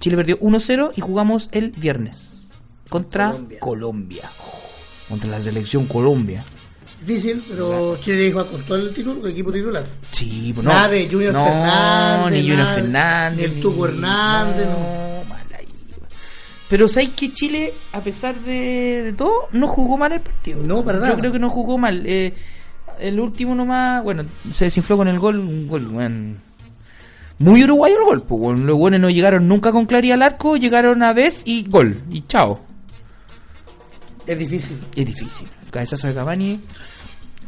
S3: Chile perdió 1-0 y jugamos el viernes. Contra Colombia.
S1: Colombia.
S3: Contra la selección Colombia.
S1: Difícil, pero Chile dijo "Ah, con todo el título, el equipo titular.
S3: Sí, pues no.
S1: Nada de Junior
S3: no,
S1: Fernández.
S3: ni Junior
S1: nada,
S3: Fernández.
S1: Ni el Tuco Hernández. no.
S3: No, mal ahí. güey. Pero ¿sabes que Chile, a pesar de, de todo, no jugó mal el partido?
S1: No, para nada.
S3: Yo creo que no jugó mal. Eh, el último nomás, bueno, se desinfló con el gol. Un gol, weón. Muy uruguayo el gol, pues, weón. Los buenos no llegaron nunca con claridad al arco, llegaron a vez y gol. Y chao.
S1: Es difícil.
S3: Es difícil. Cabezazo de Cavani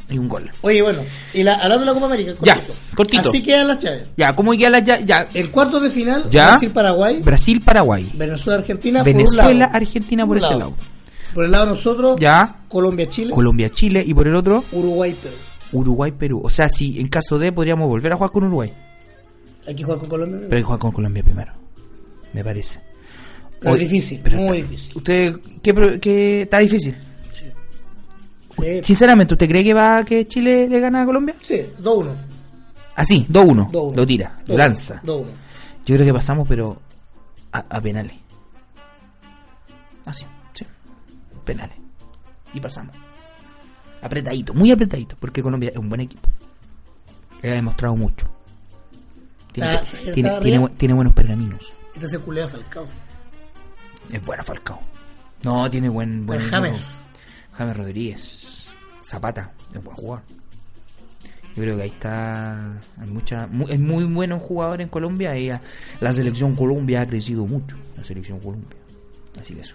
S3: y un gol.
S1: Oye, bueno, y la, hablando de la Copa América,
S3: Ya,
S1: cortito.
S3: cortito.
S1: Así quedan las llaves.
S3: Ya, ¿cómo queda la ya? ya.
S1: El cuarto de final,
S3: Ya.
S1: Brasil-Paraguay,
S3: Brasil-Paraguay.
S1: Venezuela-Argentina, por un
S3: Venezuela,
S1: lado.
S3: Argentina por
S1: Un
S3: ese lado.
S1: Por el lado de nosotros,
S3: Ya.
S1: Colombia-Chile,
S3: Colombia, Chile y por el otro
S1: Uruguay-Perú.
S3: Uruguay, Perú. O sea, si en caso de podríamos volver a jugar con Uruguay,
S1: Hay que jugar con Colombia.
S3: pero hay que jugar con Colombia primero. Me parece.
S1: Pero
S3: Oye,
S1: es difícil,
S3: pero
S1: muy
S3: está-
S1: difícil.
S3: ¿Usted qué, pro- qué- está difícil?
S1: Sí. Sí, Eh,
S3: Sinceramente, ¿usted cree que va que Chile le gana a Colombia?
S1: sí, 2-1.
S3: Así, 2-1.
S1: 2-1.
S3: Lo tira, lo lanza.
S1: 2-1.
S3: Yo creo que pasamos, pero a, a penales.
S1: Ah,
S3: Así, sí. Penales. Y pasamos. Apretadito, muy apretadito, porque Colombia es un buen equipo. Le ha demostrado mucho. Tiene,
S1: Ah,
S3: pe-
S1: sí, está
S3: tiene-
S1: bien.
S3: tiene bu- tiene buenos pergaminos.
S1: Entonces culea Falcao.
S3: Es bueno Falcao. No, tiene buen... buen
S1: Con
S3: equipo.
S1: James.
S3: James Rodríguez. Zapata, es buen jugador. Yo creo que ahí está. hay mucha, mu- es muy bueno un jugador en Colombia. y a- la selección Colombia ha crecido mucho. La selección Colombia. Así que eso.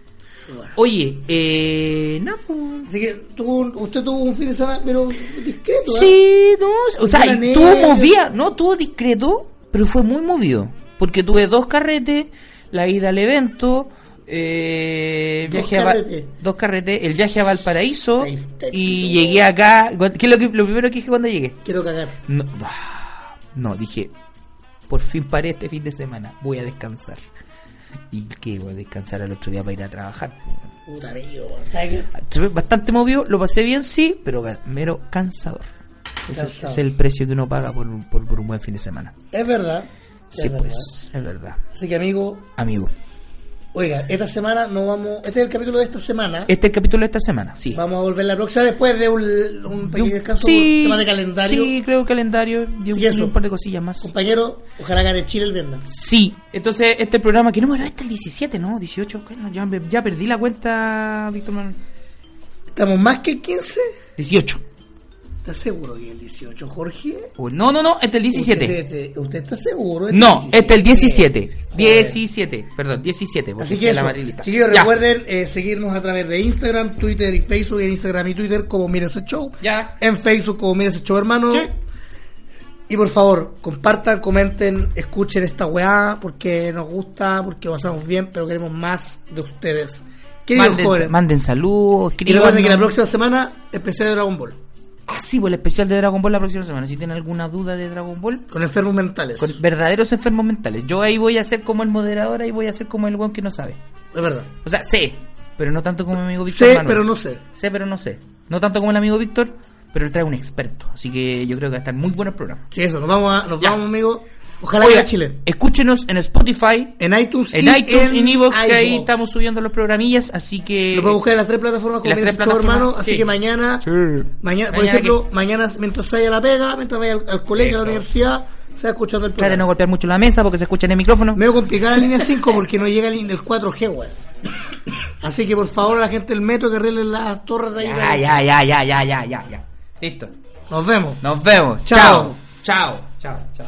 S1: Bueno.
S3: Oye, eh. No, pues,
S1: Así que tuvo un- usted tuvo un fin de semana, pero discreto. ¿eh?
S3: Sí, no. O sea,
S1: Gran
S3: y tuvo
S1: medio.
S3: movida. No, tuvo discreto, pero fue muy movido. Porque tuve dos carretes, la ida al evento. eh, el
S1: Dos
S3: viaje a Val-
S1: carretes.
S3: dos carretes, el viaje a Valparaíso
S1: Está histérico.
S3: y llegué acá. ¿Qué es lo, que, lo primero que dije cuando llegué?
S1: Quiero cagar.
S3: No, ah, no, dije, por fin paré este fin de semana, voy a descansar. ¿Y qué? Voy a descansar al otro día para ir a trabajar.
S1: Puta mío, ¿sabes qué?
S3: Se ve Bastante movido, lo pasé bien, sí, pero ca- mero cansador. Ese es-
S1: Cansador.
S3: es el precio que uno paga por, un- por, por un buen fin de semana.
S1: Es verdad.
S3: Sí,
S1: es verdad.
S3: pues, es verdad.
S1: Así que, amigo,
S3: Amigo,
S1: oiga, esta semana no vamos. Este es el capítulo de esta semana.
S3: este es el capítulo de esta semana, sí.
S1: Vamos a volver la próxima después de un, un
S3: De un-
S1: pequeño descanso
S3: sí,
S1: por tema de calendario.
S3: Sí, creo calendario, y un,
S1: Sí, eso.
S3: y un par de cosillas más.
S1: Compañero, ojalá gane Chile el viernes.
S3: Sí, entonces este programa, ¿qué número es? Este el 17, ¿no? 18, ¿qué? No, ya, me- ya perdí la cuenta, Víctor Manuel.
S1: ¿Estamos más que 15?
S3: 18.
S1: ¿Estás seguro que el 18, Jorge?
S3: O- No, no, no, este el 17.
S1: ¿Usted, usted- usted está seguro?
S3: No, este el 17.
S1: Joder.
S3: 17, perdón, 17. porque
S1: Así
S3: está
S1: que
S3: Pues en la
S1: eso,
S3: matriz.
S1: chiquillos,
S3: Ya,
S1: recuerden eh, seguirnos a través de Instagram, Twitter y Facebook. En Instagram y Twitter como Mira ese show.
S3: Ya.
S1: En Facebook como Mira ese show, hermano.
S3: Sí.
S1: Y por favor, compartan, comenten, escuchen esta weá porque nos gusta, porque lo pasamos bien, pero queremos más de ustedes. Queridos
S3: Manden,
S1: jóvenes.
S3: manden saludos,
S1: Y recuerden que la
S3: escríbanos.
S1: próxima semana especial de Dragon Ball.
S3: Ah, sí, pues el especial de Dragon Ball la próxima semana. Si tienen alguna duda de Dragon Ball,
S1: Con enfermos mentales.
S3: con verdaderos enfermos mentales. Yo ahí voy a ser como el moderador, ahí voy a ser como el weón que no sabe.
S1: Es verdad.
S3: O sea, sé, pero no tanto como mi amigo Víctor
S1: Sé,
S3: Manuel.
S1: pero no sé.
S3: Sé, pero no sé. No tanto como el amigo Víctor, pero él trae un experto. Así que yo creo que va a estar muy bueno el programa.
S1: Sí, eso, nos vamos, a- nos
S3: Ya.
S1: vamos amigos. Ojalá
S3: Oiga,
S1: gane Chile.
S3: Escúchenos en Spotify,
S1: En iTunes
S3: en iTunes, en Evox, que ahí
S1: iVoox.
S3: estamos subiendo los programillas. Así que.
S1: Lo puedes buscar en las tres plataformas como
S3: En las
S1: Mira
S3: tres
S1: Show, hermano.
S3: plataformas,
S1: Así
S3: sí.
S1: que mañana, mañana, por
S3: Mañana
S1: ejemplo, mañana mientras vaya a la pega, mientras vaya al, al colegio, a la universidad, se va escuchando el
S3: Trate de no
S1: programa.
S3: golpear mucho la mesa porque se escucha en el micrófono.
S1: Medio complicada la línea 5 porque no llega el, el 4G, weón. Así que por favor a la gente del metro que arreglen las torres de ahí.
S3: Ya,
S1: weón.
S3: ya, ya, ya, ya, ya, ya, ya. Listo.
S1: Nos vemos.
S3: Nos vemos.
S1: Chao.
S3: Chao. Chao. Chao. chao.